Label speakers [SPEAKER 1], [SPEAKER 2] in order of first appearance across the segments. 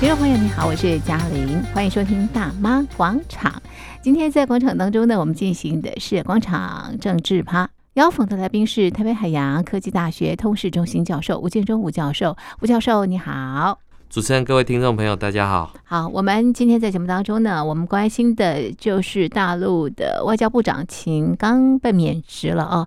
[SPEAKER 1] 听众朋友，你好，我是嘉玲，欢迎收听《大妈广场》。今天在广场当中呢，我们进行的是广场政治趴。邀访的来宾是台北海洋科技大学通识中心教授吴建中吴教授。吴教授，你好。
[SPEAKER 2] 主持人、各位听众朋友，大家好。
[SPEAKER 1] 好，我们今天在节目当中呢，我们关心的就是大陆的外交部长秦刚被免职了哦。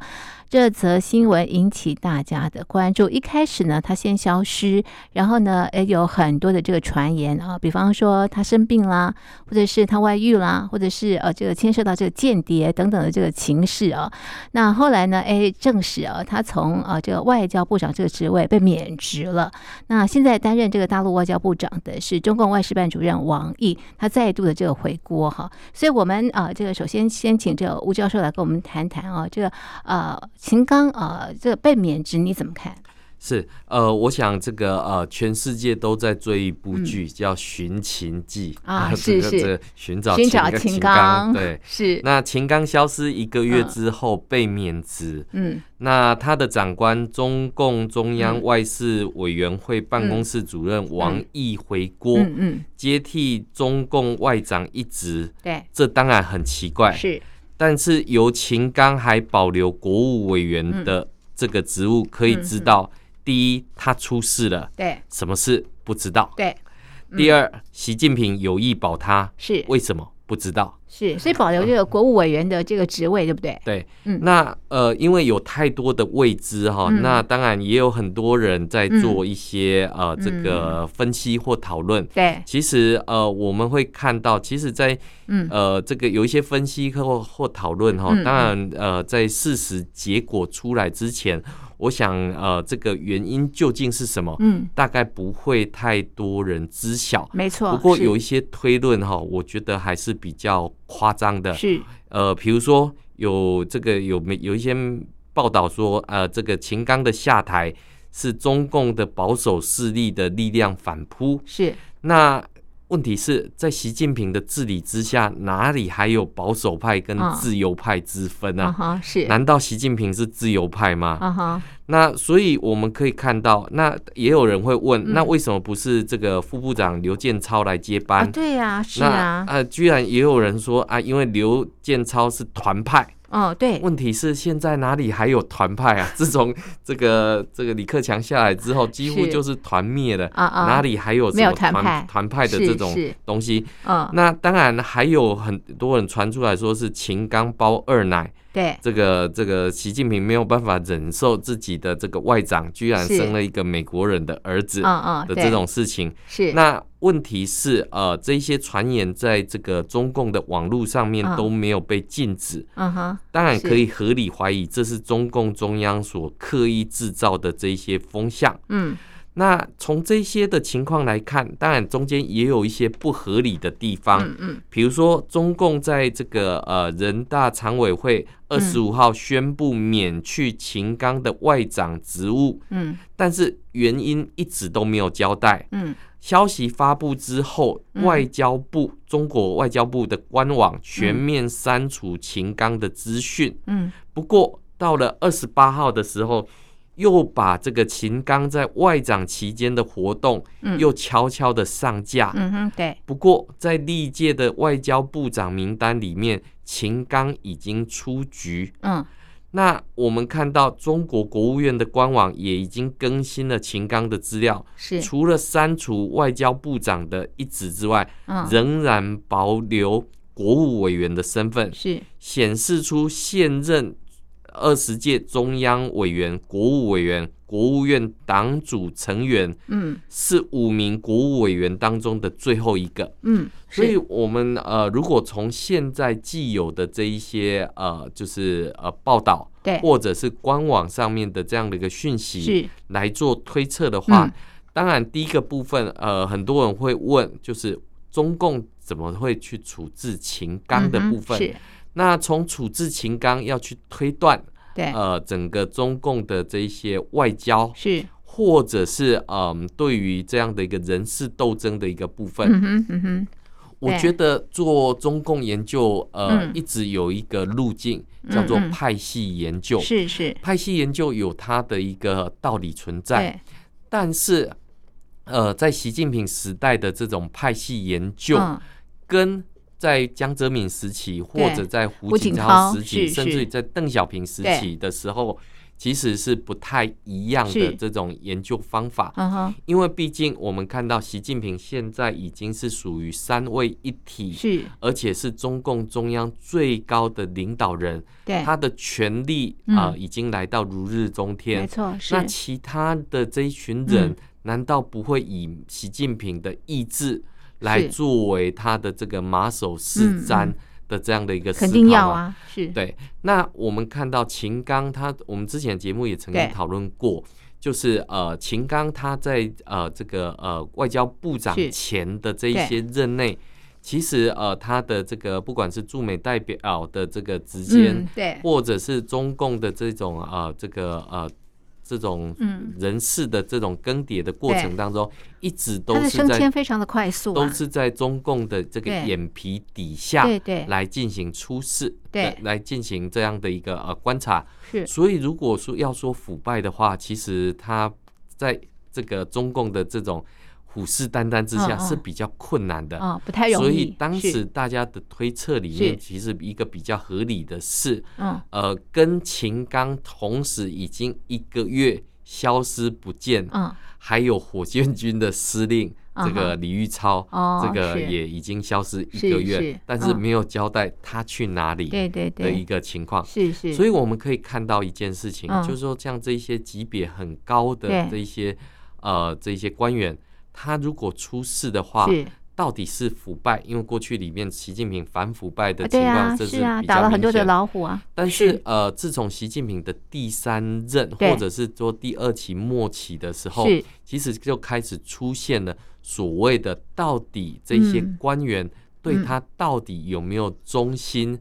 [SPEAKER 1] 这则新闻引起大家的关注。一开始呢，他先消失，然后呢，也有很多的这个传言啊，比方说他生病啦，或者是他外遇啦，或者是呃这个牵涉到这个间谍等等的这个情势啊。那后来呢，哎，证实啊，他从啊这个外交部长这个职位被免职了。那现在担任这个大陆外交部长的是中共外事办主任王毅，他再度的这个回国哈，所以我们啊、呃这个首先先请这个吴教授来跟我们谈谈啊，这个呃秦刚呃这个被免职你怎么看？
[SPEAKER 2] 是，呃，我想这个呃，全世界都在追一部剧，叫《寻秦记》
[SPEAKER 1] 嗯啊
[SPEAKER 2] 这
[SPEAKER 1] 是
[SPEAKER 2] 个
[SPEAKER 1] 是
[SPEAKER 2] 这个寻找
[SPEAKER 1] 寻找
[SPEAKER 2] 秦
[SPEAKER 1] 秦刚
[SPEAKER 2] 刚。对，
[SPEAKER 1] 是
[SPEAKER 2] 那秦刚消失一个月
[SPEAKER 1] 嗯
[SPEAKER 2] 之后被免职，
[SPEAKER 1] 嗯
[SPEAKER 2] 那他的长官中共中央
[SPEAKER 1] 嗯
[SPEAKER 2] 外事委员会办公室主任王毅回国，
[SPEAKER 1] 嗯嗯
[SPEAKER 2] 接替中共外长一职，
[SPEAKER 1] 对
[SPEAKER 2] 这当然很奇怪。
[SPEAKER 1] 是
[SPEAKER 2] 但是由秦刚还保留国务委员
[SPEAKER 1] 嗯
[SPEAKER 2] 的这个职务，可以知道，第一，他出事了，
[SPEAKER 1] 对
[SPEAKER 2] 什么事不知道；
[SPEAKER 1] 对嗯
[SPEAKER 2] 第二，习近平有意保他，
[SPEAKER 1] 是
[SPEAKER 2] 为什么不知道？
[SPEAKER 1] 是，所以保留这个国务委员的这个职位对不对？
[SPEAKER 2] 对，
[SPEAKER 1] 嗯
[SPEAKER 2] 那呃，因为有太多的未知哈，
[SPEAKER 1] 嗯
[SPEAKER 2] 那当然也有很多人在做一些、呃这
[SPEAKER 1] 嗯
[SPEAKER 2] 个分析或讨论。
[SPEAKER 1] 对
[SPEAKER 2] 其实呃，我们会看到，其实在，
[SPEAKER 1] 嗯
[SPEAKER 2] 呃这个有一些分析或或讨论哈
[SPEAKER 1] 嗯，
[SPEAKER 2] 当然呃，在事实结果出来之前，我想呃这个原因究竟是什么，
[SPEAKER 1] 嗯
[SPEAKER 2] 大概不会太多人知晓。
[SPEAKER 1] 没错，
[SPEAKER 2] 不过有
[SPEAKER 1] 一
[SPEAKER 2] 一些推论哈，我觉得还是比较夸张的。
[SPEAKER 1] 是
[SPEAKER 2] 呃，比如说有这个有没有一些报道说，呃，这个秦刚的下台是中共的保守势力的力量反扑。
[SPEAKER 1] 是
[SPEAKER 2] 那问题是在习近平的治理之下，哪里还有保守派跟
[SPEAKER 1] 啊
[SPEAKER 2] 自由派之分
[SPEAKER 1] 啊
[SPEAKER 2] 啊？
[SPEAKER 1] 哈是
[SPEAKER 2] 难道习近平是自由派吗？
[SPEAKER 1] 啊哈
[SPEAKER 2] 那所以我们可以看到，那也有人会问，
[SPEAKER 1] 嗯
[SPEAKER 2] 那为什么不是这个副部长刘建超来接班？
[SPEAKER 1] 啊对呀是
[SPEAKER 2] 那
[SPEAKER 1] 啊
[SPEAKER 2] 呃，居然也有人说啊，因为刘建超是团派，
[SPEAKER 1] 哦对
[SPEAKER 2] 问题是现在哪里还有团派 啊？自从这个这个李克强下来之后，几乎
[SPEAKER 1] 是
[SPEAKER 2] 就是团灭了，
[SPEAKER 1] 啊啊
[SPEAKER 2] 哪里还有什
[SPEAKER 1] 没有
[SPEAKER 2] 么
[SPEAKER 1] 团派
[SPEAKER 2] 团团派的
[SPEAKER 1] 是
[SPEAKER 2] 这种
[SPEAKER 1] 是
[SPEAKER 2] 东西？
[SPEAKER 1] 嗯
[SPEAKER 2] 那当然还有很多人传出来说是秦刚包二奶，
[SPEAKER 1] 对
[SPEAKER 2] 这个这个习近平没有办法忍受自己的这个外长居然
[SPEAKER 1] 是
[SPEAKER 2] 生了一个美国人的儿子
[SPEAKER 1] 嗯嗯
[SPEAKER 2] 的
[SPEAKER 1] 对
[SPEAKER 2] 这种事情。
[SPEAKER 1] 是
[SPEAKER 2] 那问题是，呃，这些传言在这个中共的网络上面
[SPEAKER 1] 嗯
[SPEAKER 2] 都没有被禁止。
[SPEAKER 1] 嗯哼
[SPEAKER 2] 当然
[SPEAKER 1] 是
[SPEAKER 2] 可以合理怀疑，这是中共中央所刻意制造的这一些风向。
[SPEAKER 1] 嗯
[SPEAKER 2] 那从这些的情况来看，当然中间也有一些不合理的地方，
[SPEAKER 1] 嗯嗯
[SPEAKER 2] 比如说中共在这个呃人大常委
[SPEAKER 1] 嗯
[SPEAKER 2] 会二十五号宣布免去秦刚的外长职务，
[SPEAKER 1] 嗯
[SPEAKER 2] 但是原因一直都没有交代。
[SPEAKER 1] 嗯
[SPEAKER 2] 消息发布之后，
[SPEAKER 1] 嗯
[SPEAKER 2] 外交部中国外交部的官网全面删除秦刚的资讯。
[SPEAKER 1] 嗯
[SPEAKER 2] 不过到了二十八号的时候，又把这个秦刚在外长期间的活动
[SPEAKER 1] 嗯
[SPEAKER 2] 又悄悄的上架。
[SPEAKER 1] 嗯哼对
[SPEAKER 2] 不过在历届的外交部长名单里面，秦刚已经出局。
[SPEAKER 1] 嗯
[SPEAKER 2] 那我们看到中国国务院的官网也已经更新了秦刚的资料，
[SPEAKER 1] 是
[SPEAKER 2] 除了删除外交部长的一职之外，
[SPEAKER 1] 嗯
[SPEAKER 2] 仍然保留国务委员的身份。
[SPEAKER 1] 是
[SPEAKER 2] 显示出现任二十届中央委员、国务委员、国务院党组成员
[SPEAKER 1] 嗯
[SPEAKER 2] 是五名国务委员当中的最后一个。
[SPEAKER 1] 嗯
[SPEAKER 2] 所以，
[SPEAKER 1] 是
[SPEAKER 2] 我们呃，如果从现在既有的这一些呃，就是呃报道
[SPEAKER 1] 对
[SPEAKER 2] 或者是官网上面的这样的一个讯息
[SPEAKER 1] 哎是
[SPEAKER 2] 来做推测的话，
[SPEAKER 1] 嗯
[SPEAKER 2] 当然第一个部分呃，很多人会问，就是中共怎么会去处置秦刚的
[SPEAKER 1] 嗯哼
[SPEAKER 2] 部分？
[SPEAKER 1] 是
[SPEAKER 2] 那从处置秦刚要去推断，
[SPEAKER 1] 对
[SPEAKER 2] 呃，整个中共的这一些外交，
[SPEAKER 1] 哎是
[SPEAKER 2] 或者是嗯、对于这样的一个人事斗争的一个部分，
[SPEAKER 1] 嗯哼嗯哼
[SPEAKER 2] 我
[SPEAKER 1] 对
[SPEAKER 2] 觉得做中共研究，呃，
[SPEAKER 1] 嗯
[SPEAKER 2] 一直有一个路径叫做
[SPEAKER 1] 嗯嗯
[SPEAKER 2] 派系研究。
[SPEAKER 1] 是是
[SPEAKER 2] 派系研究有它的一个道理存在，
[SPEAKER 1] 对
[SPEAKER 2] 但是呃，在习近平时代的这种派系研究，
[SPEAKER 1] 嗯
[SPEAKER 2] 跟在江泽民时期，或
[SPEAKER 1] 对
[SPEAKER 2] 者在胡
[SPEAKER 1] 胡
[SPEAKER 2] 锦
[SPEAKER 1] 锦
[SPEAKER 2] 涛
[SPEAKER 1] 涛
[SPEAKER 2] 时期，
[SPEAKER 1] 是
[SPEAKER 2] 甚至于
[SPEAKER 1] 是
[SPEAKER 2] 在邓小平时
[SPEAKER 1] 对
[SPEAKER 2] 期的时候，其实是不太一样的
[SPEAKER 1] 是
[SPEAKER 2] 这种研究方法。
[SPEAKER 1] 嗯哼，
[SPEAKER 2] 因为毕竟我们看到习近平现在已经是属于三位一体，
[SPEAKER 1] 是
[SPEAKER 2] 而且是中共中央最高的领导人，
[SPEAKER 1] 对，
[SPEAKER 2] 他的权力
[SPEAKER 1] 嗯
[SPEAKER 2] 啊、已经来到如日中天
[SPEAKER 1] 没。错，是
[SPEAKER 2] 那其他的这一群人
[SPEAKER 1] 嗯，
[SPEAKER 2] 难道不会以习近平的意志来
[SPEAKER 1] 是
[SPEAKER 2] 作为他的这个马首是瞻
[SPEAKER 1] 嗯
[SPEAKER 2] 的这样的一个思
[SPEAKER 1] 肯
[SPEAKER 2] 考
[SPEAKER 1] 定要
[SPEAKER 2] 吗？
[SPEAKER 1] 啊，是
[SPEAKER 2] 对，那我们看到秦刚他，我们之前节目也曾经
[SPEAKER 1] 对
[SPEAKER 2] 讨论过，就是呃，秦刚他在呃这个呃外交部长
[SPEAKER 1] 是
[SPEAKER 2] 前的这一
[SPEAKER 1] 对
[SPEAKER 2] 些任内，其实呃他的这个不管是驻美代表的这个之间，
[SPEAKER 1] 嗯，对，
[SPEAKER 2] 或者是中共的这种呃这个呃这种
[SPEAKER 1] 嗯
[SPEAKER 2] 人事的这种更迭的过程当中，一直都
[SPEAKER 1] 他的
[SPEAKER 2] 是
[SPEAKER 1] 升
[SPEAKER 2] 在
[SPEAKER 1] 迁非常的快速
[SPEAKER 2] 都
[SPEAKER 1] 啊，
[SPEAKER 2] 是在中共的这个
[SPEAKER 1] 对
[SPEAKER 2] 眼皮底下
[SPEAKER 1] 对对
[SPEAKER 2] 来进行出事，
[SPEAKER 1] 对
[SPEAKER 2] 来来进行这样的一个呃观察。
[SPEAKER 1] 是
[SPEAKER 2] 所以如果说要说腐败的话，其实它在这个中共的这种虎视眈眈之下
[SPEAKER 1] 嗯嗯
[SPEAKER 2] 是比较困难的。
[SPEAKER 1] 啊，不太容易。
[SPEAKER 2] 所以当
[SPEAKER 1] 是
[SPEAKER 2] 时大家的推测里面，
[SPEAKER 1] 是
[SPEAKER 2] 其实一个比较合理的是，
[SPEAKER 1] 嗯
[SPEAKER 2] 呃，跟秦刚同时已经一个月消失不见，
[SPEAKER 1] 嗯
[SPEAKER 2] 还有火箭军的司令、
[SPEAKER 1] 啊哈
[SPEAKER 2] 这个李玉超，
[SPEAKER 1] 哦
[SPEAKER 2] 这个
[SPEAKER 1] 是
[SPEAKER 2] 也已经消失一个月，
[SPEAKER 1] 是是
[SPEAKER 2] 但是
[SPEAKER 1] 嗯
[SPEAKER 2] 没有交代他去哪里
[SPEAKER 1] 对对
[SPEAKER 2] 的
[SPEAKER 1] 对，
[SPEAKER 2] 一个情况。
[SPEAKER 1] 是是，
[SPEAKER 2] 所
[SPEAKER 1] 以
[SPEAKER 2] 以我们可以看到一件事情，啊
[SPEAKER 1] 嗯
[SPEAKER 2] 就是说像这一些级别很高的
[SPEAKER 1] 对
[SPEAKER 2] 这一些呃这一些官员，他如果出事的话，
[SPEAKER 1] 是
[SPEAKER 2] 到底是腐败？因为过去里面习近平反腐败的
[SPEAKER 1] 啊
[SPEAKER 2] 情
[SPEAKER 1] 对
[SPEAKER 2] 况，
[SPEAKER 1] 啊，
[SPEAKER 2] 这
[SPEAKER 1] 是啊，
[SPEAKER 2] 比较
[SPEAKER 1] 打了很
[SPEAKER 2] 明
[SPEAKER 1] 多的
[SPEAKER 2] 显
[SPEAKER 1] 老虎啊，
[SPEAKER 2] 但是呃，自从习近平的第三任
[SPEAKER 1] 对
[SPEAKER 2] 或者是说第二期末期的时候，
[SPEAKER 1] 是
[SPEAKER 2] 其实就开始出现了所谓的到底这些
[SPEAKER 1] 嗯
[SPEAKER 2] 官员对他到底有没有忠心，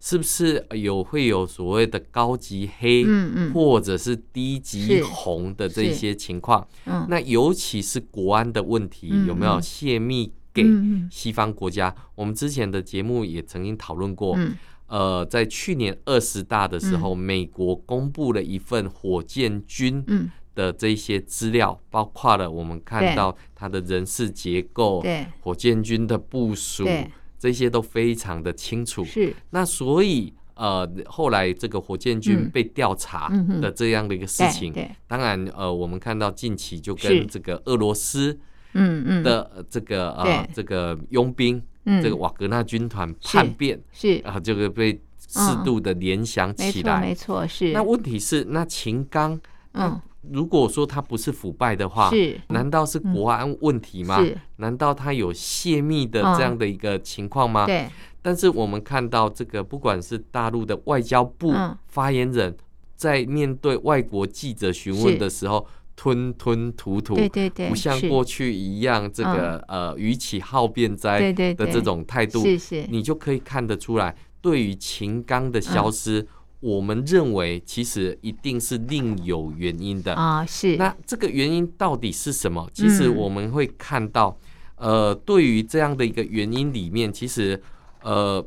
[SPEAKER 2] 是不是有会有所谓的高级黑？
[SPEAKER 1] 嗯嗯
[SPEAKER 2] 或者是低级
[SPEAKER 1] 是
[SPEAKER 2] 红的这
[SPEAKER 1] 是
[SPEAKER 2] 些情况，
[SPEAKER 1] 嗯，
[SPEAKER 2] 那尤其是国安的问题，
[SPEAKER 1] 嗯
[SPEAKER 2] 有没有
[SPEAKER 1] 嗯
[SPEAKER 2] 泄密给
[SPEAKER 1] 嗯
[SPEAKER 2] 西方国家？我们之前的节目也曾经讨论过，
[SPEAKER 1] 嗯
[SPEAKER 2] 呃，在去年二十大的时候，美国公布了一份火箭军
[SPEAKER 1] 嗯
[SPEAKER 2] 的这些资料，包括了我们看
[SPEAKER 1] 对
[SPEAKER 2] 到它的人事结
[SPEAKER 1] 嗯，
[SPEAKER 2] 构、
[SPEAKER 1] 对
[SPEAKER 2] 火箭军的部署，
[SPEAKER 1] 对
[SPEAKER 2] 这些都非常的清楚。
[SPEAKER 1] 是
[SPEAKER 2] 那所以，呃，后来这个火箭军
[SPEAKER 1] 嗯
[SPEAKER 2] 被调查
[SPEAKER 1] 嗯哼
[SPEAKER 2] 的这样的一个事
[SPEAKER 1] 对
[SPEAKER 2] 情，
[SPEAKER 1] 对，嗯
[SPEAKER 2] 当然，呃，我们看到近期就
[SPEAKER 1] 是
[SPEAKER 2] 跟这个俄罗斯
[SPEAKER 1] 嗯嗯
[SPEAKER 2] 的呃这个呃
[SPEAKER 1] 对
[SPEAKER 2] 这个佣兵，
[SPEAKER 1] 嗯
[SPEAKER 2] 这个瓦格纳军团叛变。
[SPEAKER 1] 是
[SPEAKER 2] 啊，这个被适
[SPEAKER 1] 嗯
[SPEAKER 2] 度的联想
[SPEAKER 1] 没
[SPEAKER 2] 起
[SPEAKER 1] 错
[SPEAKER 2] 来。
[SPEAKER 1] 没错是
[SPEAKER 2] 那问题是，那秦刚
[SPEAKER 1] 嗯
[SPEAKER 2] 如果说他不是腐败的话，
[SPEAKER 1] 是嗯
[SPEAKER 2] 难道是国安问题吗？
[SPEAKER 1] 是
[SPEAKER 2] 难道他有泄密的
[SPEAKER 1] 嗯
[SPEAKER 2] 这样的一个情况吗？
[SPEAKER 1] 对
[SPEAKER 2] 但是我们看到这个，不管是大陆的外交部
[SPEAKER 1] 嗯
[SPEAKER 2] 发言人，在面对外国记者询问
[SPEAKER 1] 是
[SPEAKER 2] 的时候，吞吞吐吐，
[SPEAKER 1] 对对对，
[SPEAKER 2] 不像
[SPEAKER 1] 是嗯
[SPEAKER 2] 过去一样，这个、呃语起好辩哉
[SPEAKER 1] 对对
[SPEAKER 2] 的
[SPEAKER 1] 对
[SPEAKER 2] 这种态度。
[SPEAKER 1] 是是
[SPEAKER 2] 你就可以看得出来，对于秦刚的消
[SPEAKER 1] 嗯
[SPEAKER 2] 失，我们认为其实一定是另有原因的。
[SPEAKER 1] 啊是
[SPEAKER 2] 那这个原因到底是什么？其实我们会看到，
[SPEAKER 1] 嗯
[SPEAKER 2] 呃，对于这样的一个原因里面，其实呃，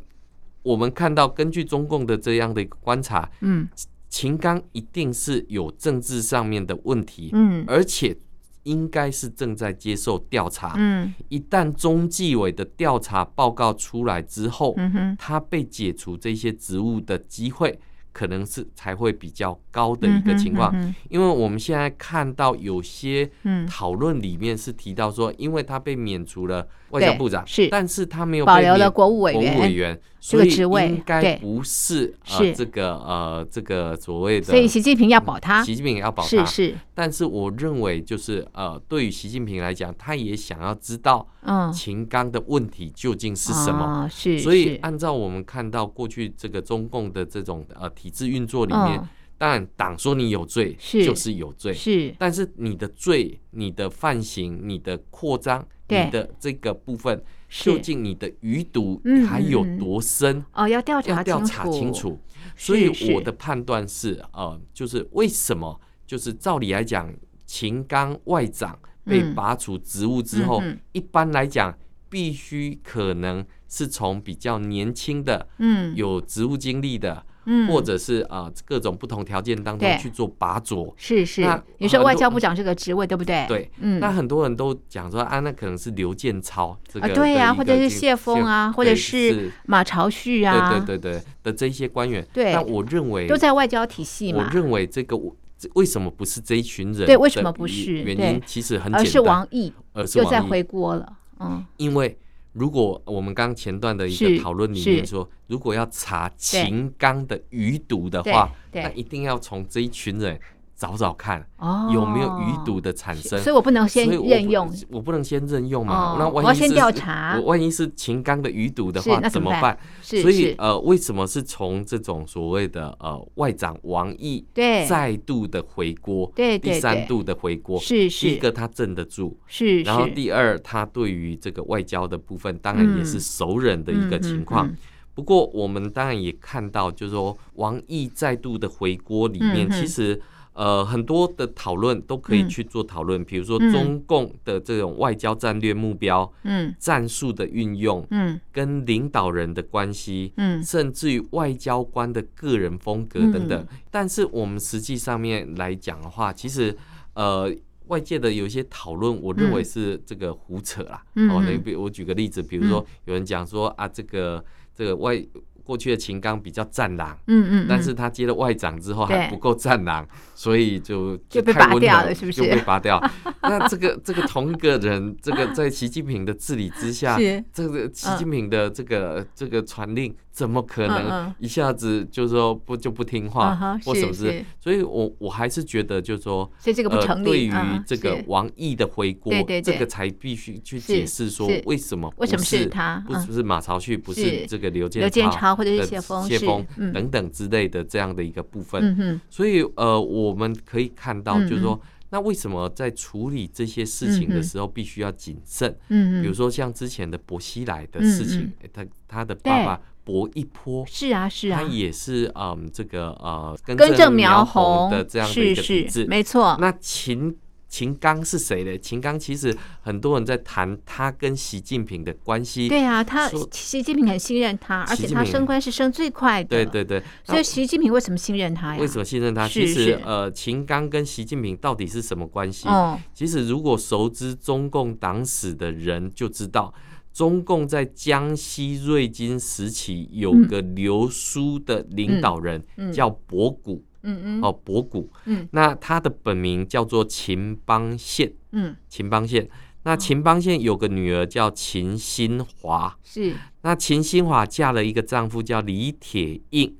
[SPEAKER 2] 我们看到根据中共的这样的一个观察，
[SPEAKER 1] 嗯
[SPEAKER 2] 秦刚一定是有政治上面的问题，
[SPEAKER 1] 嗯
[SPEAKER 2] 而且应该是正在接受调查。
[SPEAKER 1] 嗯
[SPEAKER 2] 一旦中纪委的调查报告出来之后，
[SPEAKER 1] 嗯哼
[SPEAKER 2] 他被解除这些职务的机会，可能是才会比较高的一个情况。
[SPEAKER 1] 嗯
[SPEAKER 2] 因为我们现在看到有些
[SPEAKER 1] 嗯
[SPEAKER 2] 讨论里面是提到说，因为他被免除了外交部长，
[SPEAKER 1] 是
[SPEAKER 2] 但是他没有
[SPEAKER 1] 保
[SPEAKER 2] 被
[SPEAKER 1] 留
[SPEAKER 2] 免
[SPEAKER 1] 了国务委
[SPEAKER 2] 国务
[SPEAKER 1] 员
[SPEAKER 2] 委员，
[SPEAKER 1] 这
[SPEAKER 2] 所
[SPEAKER 1] 个
[SPEAKER 2] 以
[SPEAKER 1] 职位
[SPEAKER 2] 应该
[SPEAKER 1] 对
[SPEAKER 2] 不是呃
[SPEAKER 1] 是
[SPEAKER 2] 这个呃这个所谓的，
[SPEAKER 1] 所以习近平要保他
[SPEAKER 2] 习近平也要保
[SPEAKER 1] 是
[SPEAKER 2] 他，
[SPEAKER 1] 是
[SPEAKER 2] 但是我认为就是呃，对于习近平来讲，他也想要知道
[SPEAKER 1] 嗯
[SPEAKER 2] 秦刚的问题究竟是什么。
[SPEAKER 1] 啊是
[SPEAKER 2] 所以
[SPEAKER 1] 是，
[SPEAKER 2] 按照我们看到过去这个中共的这种呃体制运作里面，
[SPEAKER 1] 嗯
[SPEAKER 2] 当然党说你有罪
[SPEAKER 1] 是
[SPEAKER 2] 就是有罪，
[SPEAKER 1] 是
[SPEAKER 2] 但是你的罪、你的犯行、你的扩张、
[SPEAKER 1] 对
[SPEAKER 2] 你的这个部分，
[SPEAKER 1] 是
[SPEAKER 2] 究竟你的余毒
[SPEAKER 1] 嗯
[SPEAKER 2] 还有
[SPEAKER 1] 嗯嗯
[SPEAKER 2] 多深，
[SPEAKER 1] 哦要调
[SPEAKER 2] 要
[SPEAKER 1] 查
[SPEAKER 2] 调查清楚。所以
[SPEAKER 1] 是
[SPEAKER 2] 我的判断是，呃，就是为什么，就是照理来讲，秦刚外长被
[SPEAKER 1] 嗯
[SPEAKER 2] 拔除职务之后，
[SPEAKER 1] 嗯哼
[SPEAKER 2] 一般来讲必须可能是从比较年轻的、
[SPEAKER 1] 嗯
[SPEAKER 2] 有职务经历的，
[SPEAKER 1] 嗯，
[SPEAKER 2] 或者是啊、呃各种不同条件当
[SPEAKER 1] 对
[SPEAKER 2] 中去做拔擢。
[SPEAKER 1] 是是
[SPEAKER 2] 那，
[SPEAKER 1] 你说
[SPEAKER 2] 很
[SPEAKER 1] 外
[SPEAKER 2] 多嗯
[SPEAKER 1] 交部长这个职位对不对？
[SPEAKER 2] 对，
[SPEAKER 1] 嗯，
[SPEAKER 2] 那很多人都讲说啊，那可能是刘建超这个
[SPEAKER 1] 啊
[SPEAKER 2] 的一个经、
[SPEAKER 1] 对呀或者是谢峰啊
[SPEAKER 2] 谢
[SPEAKER 1] 或者
[SPEAKER 2] 对
[SPEAKER 1] 是
[SPEAKER 2] 是
[SPEAKER 1] 马朝旭啊，
[SPEAKER 2] 对对对对的这一些官员。
[SPEAKER 1] 对
[SPEAKER 2] 那我认为
[SPEAKER 1] 都在外交体系
[SPEAKER 2] 我
[SPEAKER 1] 嘛，
[SPEAKER 2] 认为这个我这为什么不是这一群人？
[SPEAKER 1] 对为什么不是
[SPEAKER 2] 原
[SPEAKER 1] 对
[SPEAKER 2] 因其实很简
[SPEAKER 1] 而
[SPEAKER 2] 单，
[SPEAKER 1] 是王毅
[SPEAKER 2] 而是
[SPEAKER 1] 又
[SPEAKER 2] 王毅，
[SPEAKER 1] 在回锅了，嗯，
[SPEAKER 2] 因为如果我们刚刚前段的一
[SPEAKER 1] 是
[SPEAKER 2] 个讨论里面
[SPEAKER 1] 是
[SPEAKER 2] 说，如果要查秦刚的余毒的话，
[SPEAKER 1] 对对
[SPEAKER 2] 那一定要从这一群人找找看
[SPEAKER 1] 哦，
[SPEAKER 2] 有没有余毒的产生。
[SPEAKER 1] 所以我不能先
[SPEAKER 2] 所以我不
[SPEAKER 1] 任用，
[SPEAKER 2] 我不能先任用嘛。
[SPEAKER 1] 哦
[SPEAKER 2] 那
[SPEAKER 1] 我要
[SPEAKER 2] 万一
[SPEAKER 1] 先
[SPEAKER 2] 是
[SPEAKER 1] 调查
[SPEAKER 2] 我万一是秦刚的余毒的
[SPEAKER 1] 是
[SPEAKER 2] 话，
[SPEAKER 1] 那怎
[SPEAKER 2] 怎
[SPEAKER 1] 么办
[SPEAKER 2] 么办？
[SPEAKER 1] 是
[SPEAKER 2] 所以
[SPEAKER 1] 是，
[SPEAKER 2] 呃，为什么是从这种所谓的呃外长王毅
[SPEAKER 1] 对
[SPEAKER 2] 再度的回锅，
[SPEAKER 1] 对对
[SPEAKER 2] 第
[SPEAKER 1] 对
[SPEAKER 2] 三度的回锅，
[SPEAKER 1] 是
[SPEAKER 2] 第一
[SPEAKER 1] 是
[SPEAKER 2] 个他镇得住，
[SPEAKER 1] 是，
[SPEAKER 2] 然后
[SPEAKER 1] 是
[SPEAKER 2] 第二他对于这个外交的部分，当然也
[SPEAKER 1] 嗯
[SPEAKER 2] 是熟人的一个
[SPEAKER 1] 嗯嗯
[SPEAKER 2] 情况。
[SPEAKER 1] 嗯
[SPEAKER 2] 不过我们当然也看到，就是说王毅再度的回锅里
[SPEAKER 1] 嗯
[SPEAKER 2] 面，
[SPEAKER 1] 嗯
[SPEAKER 2] 其实。呃，很多的讨论都可以
[SPEAKER 1] 嗯
[SPEAKER 2] 去做讨论，比如说
[SPEAKER 1] 嗯
[SPEAKER 2] 中共的这种外交战略目标、
[SPEAKER 1] 嗯
[SPEAKER 2] 战术的运用，
[SPEAKER 1] 嗯
[SPEAKER 2] 跟领导人的关系，
[SPEAKER 1] 嗯
[SPEAKER 2] 甚至于外交官的个人风格等等。但是我们实际上面来讲的话，其实呃。外界的有一些讨论，我认为是这个胡扯啦。
[SPEAKER 1] 嗯
[SPEAKER 2] 哦，那
[SPEAKER 1] 嗯
[SPEAKER 2] 比我举个例子，比如说有人讲说啊，这个这个外过去的秦刚比较战狼，
[SPEAKER 1] 嗯嗯，
[SPEAKER 2] 但是他接了外长之后
[SPEAKER 1] 对
[SPEAKER 2] 还不够战狼，所以就
[SPEAKER 1] 就被
[SPEAKER 2] 太
[SPEAKER 1] 拔
[SPEAKER 2] 温
[SPEAKER 1] 掉
[SPEAKER 2] 和
[SPEAKER 1] 了是不
[SPEAKER 2] 就是被拔掉。那这个这个同一个人，这个在习近平的治理之下
[SPEAKER 1] 是，
[SPEAKER 2] 这个习近平的这个、这个传令，怎么可
[SPEAKER 1] 嗯嗯
[SPEAKER 2] 能一下子就说不就不听
[SPEAKER 1] 嗯
[SPEAKER 2] 话
[SPEAKER 1] 哼
[SPEAKER 2] 或什么
[SPEAKER 1] 是
[SPEAKER 2] 之类
[SPEAKER 1] 是
[SPEAKER 2] 所以我我还是觉得就是说。
[SPEAKER 1] 所以这个不
[SPEAKER 2] 呃
[SPEAKER 1] 成立，
[SPEAKER 2] 对于
[SPEAKER 1] 嗯
[SPEAKER 2] 这个
[SPEAKER 1] 是
[SPEAKER 2] 王毅的回国，
[SPEAKER 1] 对对对
[SPEAKER 2] 这个才必须去
[SPEAKER 1] 是
[SPEAKER 2] 解释说
[SPEAKER 1] 是
[SPEAKER 2] 为什么
[SPEAKER 1] 为什么
[SPEAKER 2] 不
[SPEAKER 1] 是他
[SPEAKER 2] 不
[SPEAKER 1] 嗯
[SPEAKER 2] 是不是马朝旭，不
[SPEAKER 1] 是
[SPEAKER 2] 是这个刘建
[SPEAKER 1] 刘建
[SPEAKER 2] 超
[SPEAKER 1] 超或者是
[SPEAKER 2] 的
[SPEAKER 1] 谢峰
[SPEAKER 2] 谢
[SPEAKER 1] 是
[SPEAKER 2] 峰
[SPEAKER 1] 嗯
[SPEAKER 2] 等等之类的这样的一个部分。
[SPEAKER 1] 嗯哼
[SPEAKER 2] 所以呃，我们可以看到，
[SPEAKER 1] 嗯
[SPEAKER 2] 就是说，那为什么在处理这些事情的时候必须要谨慎？
[SPEAKER 1] 嗯
[SPEAKER 2] 比如
[SPEAKER 1] 嗯，
[SPEAKER 2] 说像之前的薄熙来的事情，
[SPEAKER 1] 嗯
[SPEAKER 2] 诶他他的爸爸薄一波。
[SPEAKER 1] 是啊是啊
[SPEAKER 2] 他，也是嗯，这个呃，根
[SPEAKER 1] 根正
[SPEAKER 2] 苗
[SPEAKER 1] 苗红
[SPEAKER 2] 的这样的
[SPEAKER 1] 是
[SPEAKER 2] 一个体
[SPEAKER 1] 是
[SPEAKER 2] 制。
[SPEAKER 1] 没错，
[SPEAKER 2] 那秦秦刚是谁呢？秦刚其实很多人在谈他跟习近平的关系。
[SPEAKER 1] 对啊，他
[SPEAKER 2] 说
[SPEAKER 1] 习近平很信任他，而
[SPEAKER 2] 习
[SPEAKER 1] 且
[SPEAKER 2] 近
[SPEAKER 1] 他
[SPEAKER 2] 平
[SPEAKER 1] 升官是升最快的，
[SPEAKER 2] 对对对，
[SPEAKER 1] 所以习近平为什么信任他
[SPEAKER 2] 那
[SPEAKER 1] 呀？
[SPEAKER 2] 为什么信任他？
[SPEAKER 1] 是
[SPEAKER 2] 其
[SPEAKER 1] 是
[SPEAKER 2] 实呃，秦刚跟习近平到底是什么关系？
[SPEAKER 1] 哦，
[SPEAKER 2] 其实，如果熟知中共党史的人就知道，中共在江西瑞金时期有个流苏的领导人、
[SPEAKER 1] 嗯嗯嗯
[SPEAKER 2] 叫博古
[SPEAKER 1] 嗯嗯
[SPEAKER 2] 哦，博古。
[SPEAKER 1] 嗯，
[SPEAKER 2] 那他的本名叫做秦邦宪，
[SPEAKER 1] 嗯，
[SPEAKER 2] 秦邦宪。
[SPEAKER 1] 哦
[SPEAKER 2] 那秦邦宪有个女儿叫秦新华，
[SPEAKER 1] 是，
[SPEAKER 2] 那秦新华嫁了一个丈夫叫李铁映，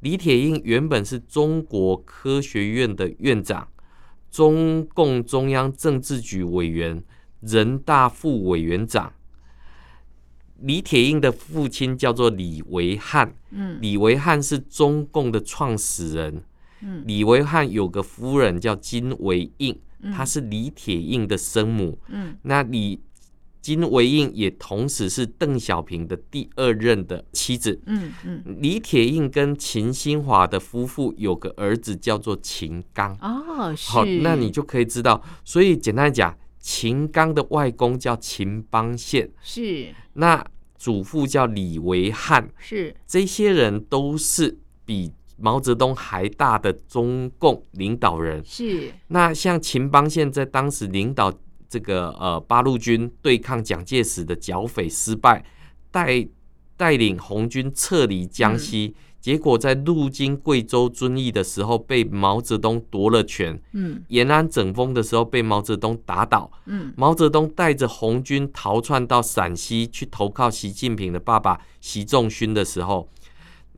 [SPEAKER 2] 李铁映原本是中国科学院的院长，中共中央政治局委员，人大副委员长。李铁映的父亲叫做李维汉，
[SPEAKER 1] 嗯
[SPEAKER 2] 李维汉是中共的创始人。
[SPEAKER 1] 嗯
[SPEAKER 2] 李维汉有个夫人叫金维映，
[SPEAKER 1] 嗯
[SPEAKER 2] 她是李铁映的生母。
[SPEAKER 1] 嗯
[SPEAKER 2] 那李金维映也同时是邓小平的第二任的妻子。
[SPEAKER 1] 嗯嗯，
[SPEAKER 2] 李铁映跟秦新华的夫妇有个儿子叫做秦刚。
[SPEAKER 1] 哦，是，
[SPEAKER 2] 好，那你就可以知道，所以简单来讲，秦刚的外公叫秦邦宪，
[SPEAKER 1] 是
[SPEAKER 2] 那祖父叫李维汉，
[SPEAKER 1] 是，
[SPEAKER 2] 这些人都是比毛泽东还大的中共领导人。
[SPEAKER 1] 是，
[SPEAKER 2] 那像秦邦宪在当时领导这个呃八路军对抗蒋介石的剿匪失败，带带领红军撤离江西，结果在路经贵州遵义的时候被毛泽东夺了权，
[SPEAKER 1] 嗯
[SPEAKER 2] 延安整风的时候被毛泽东打倒，
[SPEAKER 1] 嗯
[SPEAKER 2] 毛泽东带着红军逃窜到陕西去投靠习近平的爸爸习仲勋的时候，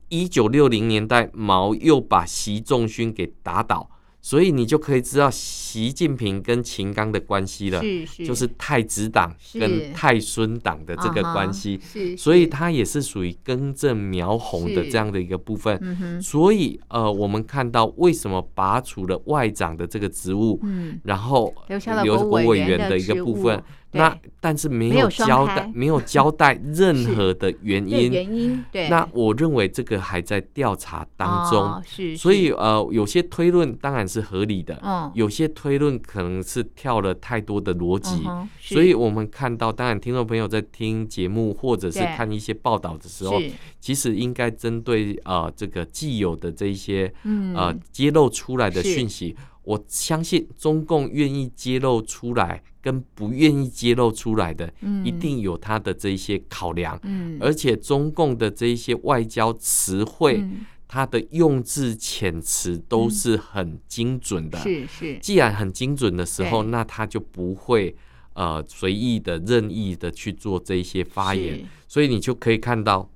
[SPEAKER 2] 一九六零年代毛又把习仲勋给打倒，所以你就可以知道习近平跟秦刚的关系了，
[SPEAKER 1] 是是，
[SPEAKER 2] 就是太子党
[SPEAKER 1] 是
[SPEAKER 2] 跟太孙党的这个
[SPEAKER 1] 啊哈
[SPEAKER 2] 关系，
[SPEAKER 1] 是，
[SPEAKER 2] 所以
[SPEAKER 1] 是，
[SPEAKER 2] 它也是属于根正苗红的
[SPEAKER 1] 是
[SPEAKER 2] 这样的一个部分。
[SPEAKER 1] 嗯哼，
[SPEAKER 2] 所以，呃，我们看到为什么拔除了外长的这个职务，
[SPEAKER 1] 嗯，
[SPEAKER 2] 然后
[SPEAKER 1] 留下了
[SPEAKER 2] 留
[SPEAKER 1] 国
[SPEAKER 2] 国
[SPEAKER 1] 委
[SPEAKER 2] 委
[SPEAKER 1] 员
[SPEAKER 2] 员
[SPEAKER 1] 的
[SPEAKER 2] 的一个
[SPEAKER 1] 职
[SPEAKER 2] 部
[SPEAKER 1] 务
[SPEAKER 2] 分，
[SPEAKER 1] 对
[SPEAKER 2] 那但是没
[SPEAKER 1] 没有
[SPEAKER 2] 有
[SPEAKER 1] 双
[SPEAKER 2] 交
[SPEAKER 1] 开
[SPEAKER 2] 代，没有交代 任何的原
[SPEAKER 1] 对
[SPEAKER 2] 因。
[SPEAKER 1] 原因对，
[SPEAKER 2] 那我认为这个还在调查当
[SPEAKER 1] 哦
[SPEAKER 2] 中，
[SPEAKER 1] 是，
[SPEAKER 2] 所
[SPEAKER 1] 是
[SPEAKER 2] 以呃，有些推论当然是合理的，
[SPEAKER 1] 嗯，
[SPEAKER 2] 有些推论可能是跳了太多的逻
[SPEAKER 1] 嗯
[SPEAKER 2] 辑。
[SPEAKER 1] 哼是
[SPEAKER 2] 所以我们看到，当然听众朋友在听节目或者是
[SPEAKER 1] 对
[SPEAKER 2] 看一些报道的时候，
[SPEAKER 1] 是
[SPEAKER 2] 其实应该针对呃这个既有的这一些
[SPEAKER 1] 嗯
[SPEAKER 2] 呃揭露出来的
[SPEAKER 1] 是
[SPEAKER 2] 讯息，我相信中共愿意揭露出来跟不愿意揭露出来的，
[SPEAKER 1] 嗯
[SPEAKER 2] 一定有他的这一些考量。
[SPEAKER 1] 嗯
[SPEAKER 2] 而且中共的这一些外交词汇，
[SPEAKER 1] 嗯
[SPEAKER 2] 它的用字遣词都是很精准的。
[SPEAKER 1] 嗯是是
[SPEAKER 2] 既然很精准的时候，
[SPEAKER 1] 对
[SPEAKER 2] 那他就不会呃随意的、任意的去做这一些发言。
[SPEAKER 1] 是
[SPEAKER 2] 所以你就可以看到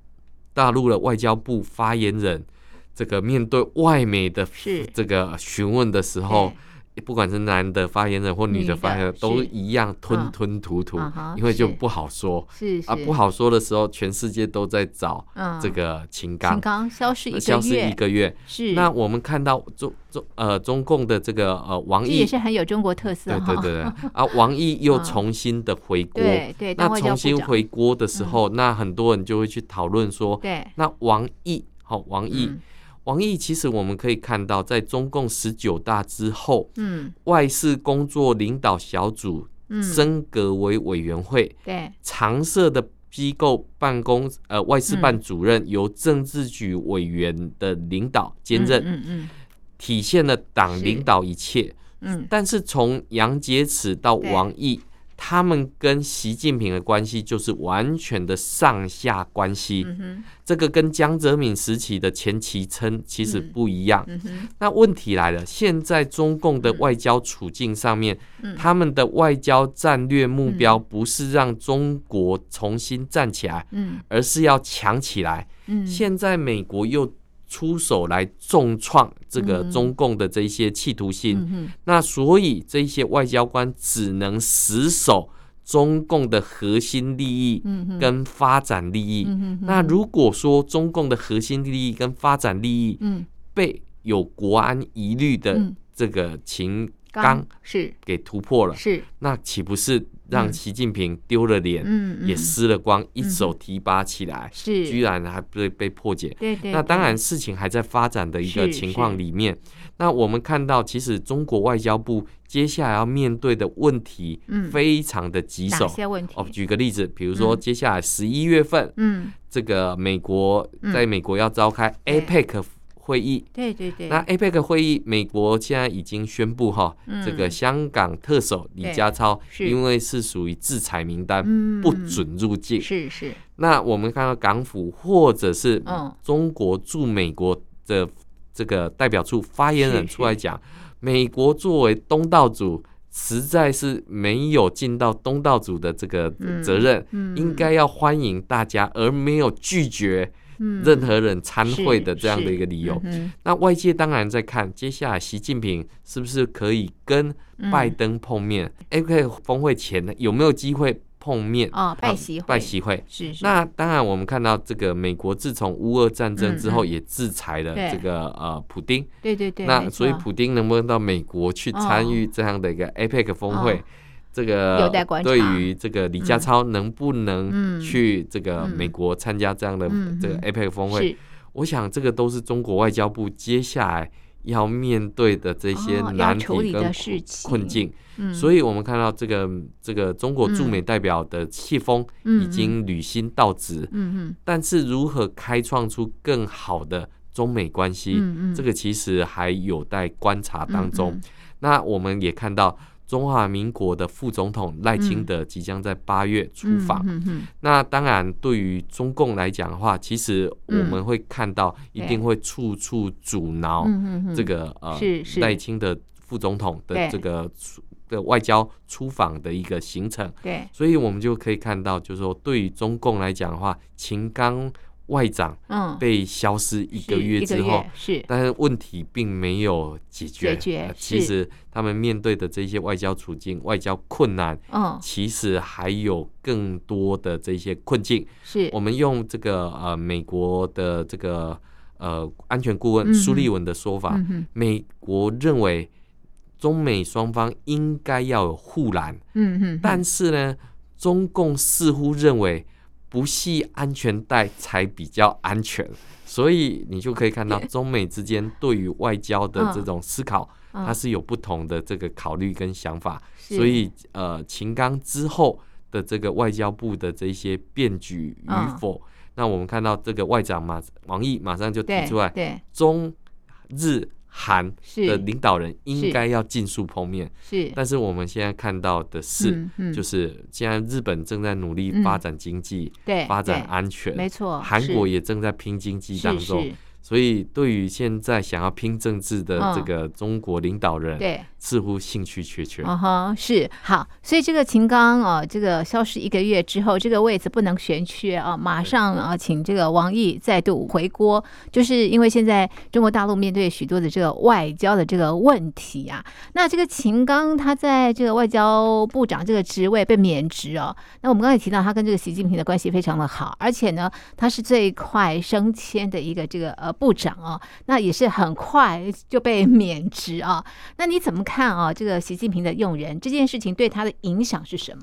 [SPEAKER 2] 大陆的外交部发言人，这个面对外媒的
[SPEAKER 1] 是
[SPEAKER 2] 这个询问的时候，不管是男的发言人或女
[SPEAKER 1] 女
[SPEAKER 2] 的
[SPEAKER 1] 的
[SPEAKER 2] 发言人，
[SPEAKER 1] 是
[SPEAKER 2] 都一样
[SPEAKER 1] 嗯
[SPEAKER 2] 吞吞吐吐
[SPEAKER 1] 啊哈，
[SPEAKER 2] 因为就是不好说
[SPEAKER 1] 是是
[SPEAKER 2] 啊，不好说的时候，全世界都在找
[SPEAKER 1] 嗯
[SPEAKER 2] 这个秦
[SPEAKER 1] 秦
[SPEAKER 2] 刚，
[SPEAKER 1] 刚消失一
[SPEAKER 2] 那
[SPEAKER 1] 个
[SPEAKER 2] 消失
[SPEAKER 1] 月
[SPEAKER 2] 一个月。
[SPEAKER 1] 是
[SPEAKER 2] 那我们看到中中呃中共的这个呃王
[SPEAKER 1] 这
[SPEAKER 2] 毅
[SPEAKER 1] 也，是很有中国特色
[SPEAKER 2] 对
[SPEAKER 1] 哈
[SPEAKER 2] 对对，对啊，王毅又
[SPEAKER 1] 嗯
[SPEAKER 2] 重新的回国，
[SPEAKER 1] 对对，当
[SPEAKER 2] 那
[SPEAKER 1] 外交
[SPEAKER 2] 重
[SPEAKER 1] 部
[SPEAKER 2] 新
[SPEAKER 1] 长嗯
[SPEAKER 2] 回锅的时候，那很多人就会去讨论说，
[SPEAKER 1] 对
[SPEAKER 2] 那王毅，好、王毅，
[SPEAKER 1] 嗯
[SPEAKER 2] 王毅，其实我们可以看到，在中共十九大之后，
[SPEAKER 1] 嗯
[SPEAKER 2] 外事工作领导小组
[SPEAKER 1] 嗯
[SPEAKER 2] 升格为委员会，
[SPEAKER 1] 对
[SPEAKER 2] 常设的机构办公，呃，外
[SPEAKER 1] 嗯
[SPEAKER 2] 事办主任由政治局委员的领导兼
[SPEAKER 1] 嗯
[SPEAKER 2] 任，
[SPEAKER 1] 嗯嗯
[SPEAKER 2] 体现了党
[SPEAKER 1] 是
[SPEAKER 2] 领导一切。
[SPEAKER 1] 嗯
[SPEAKER 2] 但是从杨洁篪到
[SPEAKER 1] 对
[SPEAKER 2] 王毅，他们跟习近平的关系就是完全的上下关系，
[SPEAKER 1] 嗯哼
[SPEAKER 2] 这个跟江泽民时期的前期称其实
[SPEAKER 1] 嗯
[SPEAKER 2] 不一样。
[SPEAKER 1] 嗯哼
[SPEAKER 2] 那问题来了，现在中共的
[SPEAKER 1] 嗯
[SPEAKER 2] 外交处境上面，
[SPEAKER 1] 嗯
[SPEAKER 2] 他们的外交战略目
[SPEAKER 1] 嗯
[SPEAKER 2] 标不是让中国重新站起来，
[SPEAKER 1] 嗯
[SPEAKER 2] 而是要强起来。
[SPEAKER 1] 嗯
[SPEAKER 2] 现在美国又出手来重创这个
[SPEAKER 1] 嗯
[SPEAKER 2] 中共的这一些企图心。
[SPEAKER 1] 嗯哼
[SPEAKER 2] 那所以这一些外交官只能死守中共的核心利益
[SPEAKER 1] 嗯哼
[SPEAKER 2] 跟发展利益。
[SPEAKER 1] 嗯哼
[SPEAKER 2] 那如果说中共的核心利益跟发展利益
[SPEAKER 1] 嗯
[SPEAKER 2] 被有国安疑虑的
[SPEAKER 1] 嗯
[SPEAKER 2] 这个秦
[SPEAKER 1] 刚
[SPEAKER 2] 刚
[SPEAKER 1] 是
[SPEAKER 2] 给突破了，
[SPEAKER 1] 是
[SPEAKER 2] 那岂不是让
[SPEAKER 1] 嗯
[SPEAKER 2] 习近平丢了脸，
[SPEAKER 1] 嗯
[SPEAKER 2] 呃也
[SPEAKER 1] 嗯
[SPEAKER 2] 失了光，一手提拔起来，
[SPEAKER 1] 是
[SPEAKER 2] 居然还被被破解？
[SPEAKER 1] 对对
[SPEAKER 2] 那当
[SPEAKER 1] 对
[SPEAKER 2] 然，事情还在发展的一个
[SPEAKER 1] 嗯是
[SPEAKER 2] 情
[SPEAKER 1] 是
[SPEAKER 2] 况里面，那我们看到，其实中国外交部接下来要面对的问题
[SPEAKER 1] 嗯
[SPEAKER 2] 非常的棘手
[SPEAKER 1] 哪。些问题
[SPEAKER 2] 哦，举个例子，比如说
[SPEAKER 1] 嗯
[SPEAKER 2] 接下来十一月份，
[SPEAKER 1] 嗯
[SPEAKER 2] 这个美国
[SPEAKER 1] 嗯
[SPEAKER 2] 在美国要召开
[SPEAKER 1] 对
[SPEAKER 2] APEC 会议。
[SPEAKER 1] 对对对
[SPEAKER 2] 那 APEC 会议，美国现在已经宣布哈，这个
[SPEAKER 1] 嗯
[SPEAKER 2] 香港特首李
[SPEAKER 1] 对
[SPEAKER 2] 家超
[SPEAKER 1] 是
[SPEAKER 2] 因为是属于制裁名单，
[SPEAKER 1] 嗯
[SPEAKER 2] 不准入境。
[SPEAKER 1] 是是
[SPEAKER 2] 那我们看到港府或者是
[SPEAKER 1] 嗯
[SPEAKER 2] 中国驻美国的这个代表处发言人
[SPEAKER 1] 是是
[SPEAKER 2] 出来讲，美国作为东道主，实在是没有尽到东道主的这个
[SPEAKER 1] 嗯
[SPEAKER 2] 责任，
[SPEAKER 1] 嗯
[SPEAKER 2] 应该要欢迎大家，而没有拒绝
[SPEAKER 1] 嗯
[SPEAKER 2] 任何人参会
[SPEAKER 1] 是
[SPEAKER 2] 的这样的
[SPEAKER 1] 是
[SPEAKER 2] 一个理由。
[SPEAKER 1] 嗯
[SPEAKER 2] 那外界当然在看接下来习近平是不是可以跟
[SPEAKER 1] 哼
[SPEAKER 2] 拜
[SPEAKER 1] 嗯
[SPEAKER 2] 登碰面、a p e c 峰会前呢有没有机会碰面？
[SPEAKER 1] 哦拜
[SPEAKER 2] 啊
[SPEAKER 1] 习会
[SPEAKER 2] 拜习会，
[SPEAKER 1] 是是
[SPEAKER 2] 那当然，我们看到这个美国自从乌俄战争之后，
[SPEAKER 1] 嗯
[SPEAKER 2] 也制裁了
[SPEAKER 1] 对
[SPEAKER 2] 这个呃普丁。
[SPEAKER 1] 对对对
[SPEAKER 2] 那
[SPEAKER 1] 没
[SPEAKER 2] 所以
[SPEAKER 1] 错
[SPEAKER 2] 普丁能不能到美国去参与这样的一个 APEC 峰
[SPEAKER 1] 哦
[SPEAKER 2] 会，这个
[SPEAKER 1] 有待观察
[SPEAKER 2] 对于这个李家超能不
[SPEAKER 1] 嗯
[SPEAKER 2] 能去这个美国参加这样的
[SPEAKER 1] 嗯
[SPEAKER 2] 这个
[SPEAKER 1] 嗯
[SPEAKER 2] APEC 峰会，
[SPEAKER 1] 是
[SPEAKER 2] 我想这个都是中国外交部接下来要面对的这些
[SPEAKER 1] 哦要
[SPEAKER 2] 难
[SPEAKER 1] 处理
[SPEAKER 2] 题
[SPEAKER 1] 的
[SPEAKER 2] 跟
[SPEAKER 1] 事
[SPEAKER 2] 困
[SPEAKER 1] 情
[SPEAKER 2] 困境。
[SPEAKER 1] 嗯
[SPEAKER 2] 所以我们看到这个这个中国驻
[SPEAKER 1] 嗯
[SPEAKER 2] 美代表的气风
[SPEAKER 1] 嗯
[SPEAKER 2] 已经履新到职，
[SPEAKER 1] 嗯嗯
[SPEAKER 2] 但是如何开创出更好的中美关系，
[SPEAKER 1] 嗯嗯
[SPEAKER 2] 这个其实还有待观察当中。
[SPEAKER 1] 嗯嗯
[SPEAKER 2] 那我们也看到。中华民国的副总统赖清德即将在八月出访。
[SPEAKER 1] 嗯嗯
[SPEAKER 2] 那当然，对于中共来讲的话，其实我们会看到一定会处处阻挠
[SPEAKER 1] 嗯嗯
[SPEAKER 2] 这个呃
[SPEAKER 1] 是是
[SPEAKER 2] 赖清德副总统的
[SPEAKER 1] 对
[SPEAKER 2] 这个出的外交出访的一个行程，
[SPEAKER 1] 对
[SPEAKER 2] 所以我们就可以看到，就是说对于中共来讲的话，秦刚外长
[SPEAKER 1] 嗯
[SPEAKER 2] 被消失一个
[SPEAKER 1] 是
[SPEAKER 2] 月之后。
[SPEAKER 1] 是
[SPEAKER 2] 但是问题并没有解
[SPEAKER 1] 解
[SPEAKER 2] 决，
[SPEAKER 1] 决是
[SPEAKER 2] 呃其实他们面对的这些外交处境、外交困难，
[SPEAKER 1] 嗯
[SPEAKER 2] 其实还有更多的这些困境。
[SPEAKER 1] 是
[SPEAKER 2] 我们用这个呃美国的这个呃安全顾
[SPEAKER 1] 嗯
[SPEAKER 2] 问
[SPEAKER 1] 哼
[SPEAKER 2] 苏利文的说法，
[SPEAKER 1] 嗯哼
[SPEAKER 2] 美国认为中美双方应该要有护栏，
[SPEAKER 1] 嗯嗯
[SPEAKER 2] 但是呢，中共似乎认为不系安全带才比较安全，所以你就可以看到中美之间对于外交的这种思考，
[SPEAKER 1] 嗯
[SPEAKER 2] 它是有不同的这个考虑跟想法。
[SPEAKER 1] 是
[SPEAKER 2] 所以呃，秦刚之后的这个外交部的这些变局
[SPEAKER 1] 嗯
[SPEAKER 2] 与否，那我们看到这个外长马王毅马上就提
[SPEAKER 1] 对
[SPEAKER 2] 出来，
[SPEAKER 1] 对
[SPEAKER 2] 中日韩的
[SPEAKER 1] 是
[SPEAKER 2] 领导人应该要尽速碰面，
[SPEAKER 1] 是
[SPEAKER 2] 但是我们现在看到的是，
[SPEAKER 1] 嗯嗯
[SPEAKER 2] 就是现在日本正在努力
[SPEAKER 1] 嗯
[SPEAKER 2] 发展经济、
[SPEAKER 1] 对
[SPEAKER 2] 发展
[SPEAKER 1] 对
[SPEAKER 2] 安全，
[SPEAKER 1] 没错，
[SPEAKER 2] 韩
[SPEAKER 1] 是
[SPEAKER 2] 国也正在拼经济当
[SPEAKER 1] 是
[SPEAKER 2] 中
[SPEAKER 1] 是，，
[SPEAKER 2] 所以对于现在想要拼政治的
[SPEAKER 1] 嗯
[SPEAKER 2] 这个中国领导人，
[SPEAKER 1] 对。
[SPEAKER 2] 似乎兴趣缺缺。
[SPEAKER 1] 哦哈，是好，所以这个秦刚哦，这个消失一个月之后，这个位置不能悬缺啊，马上啊，请这个王毅再度回锅，就是因为现在中国大陆面对许多的这个外交的这个问题啊，那这个秦刚他在这个外交部长这个职位被免职哦，那我们刚才提到他跟这个习近平的关系非常的好，而且呢，他是最快升迁的一个这个呃部长哦，那也是很快就被免职啊、那你怎么看啊？这个习近平的用人这件事情对他的影响是什么？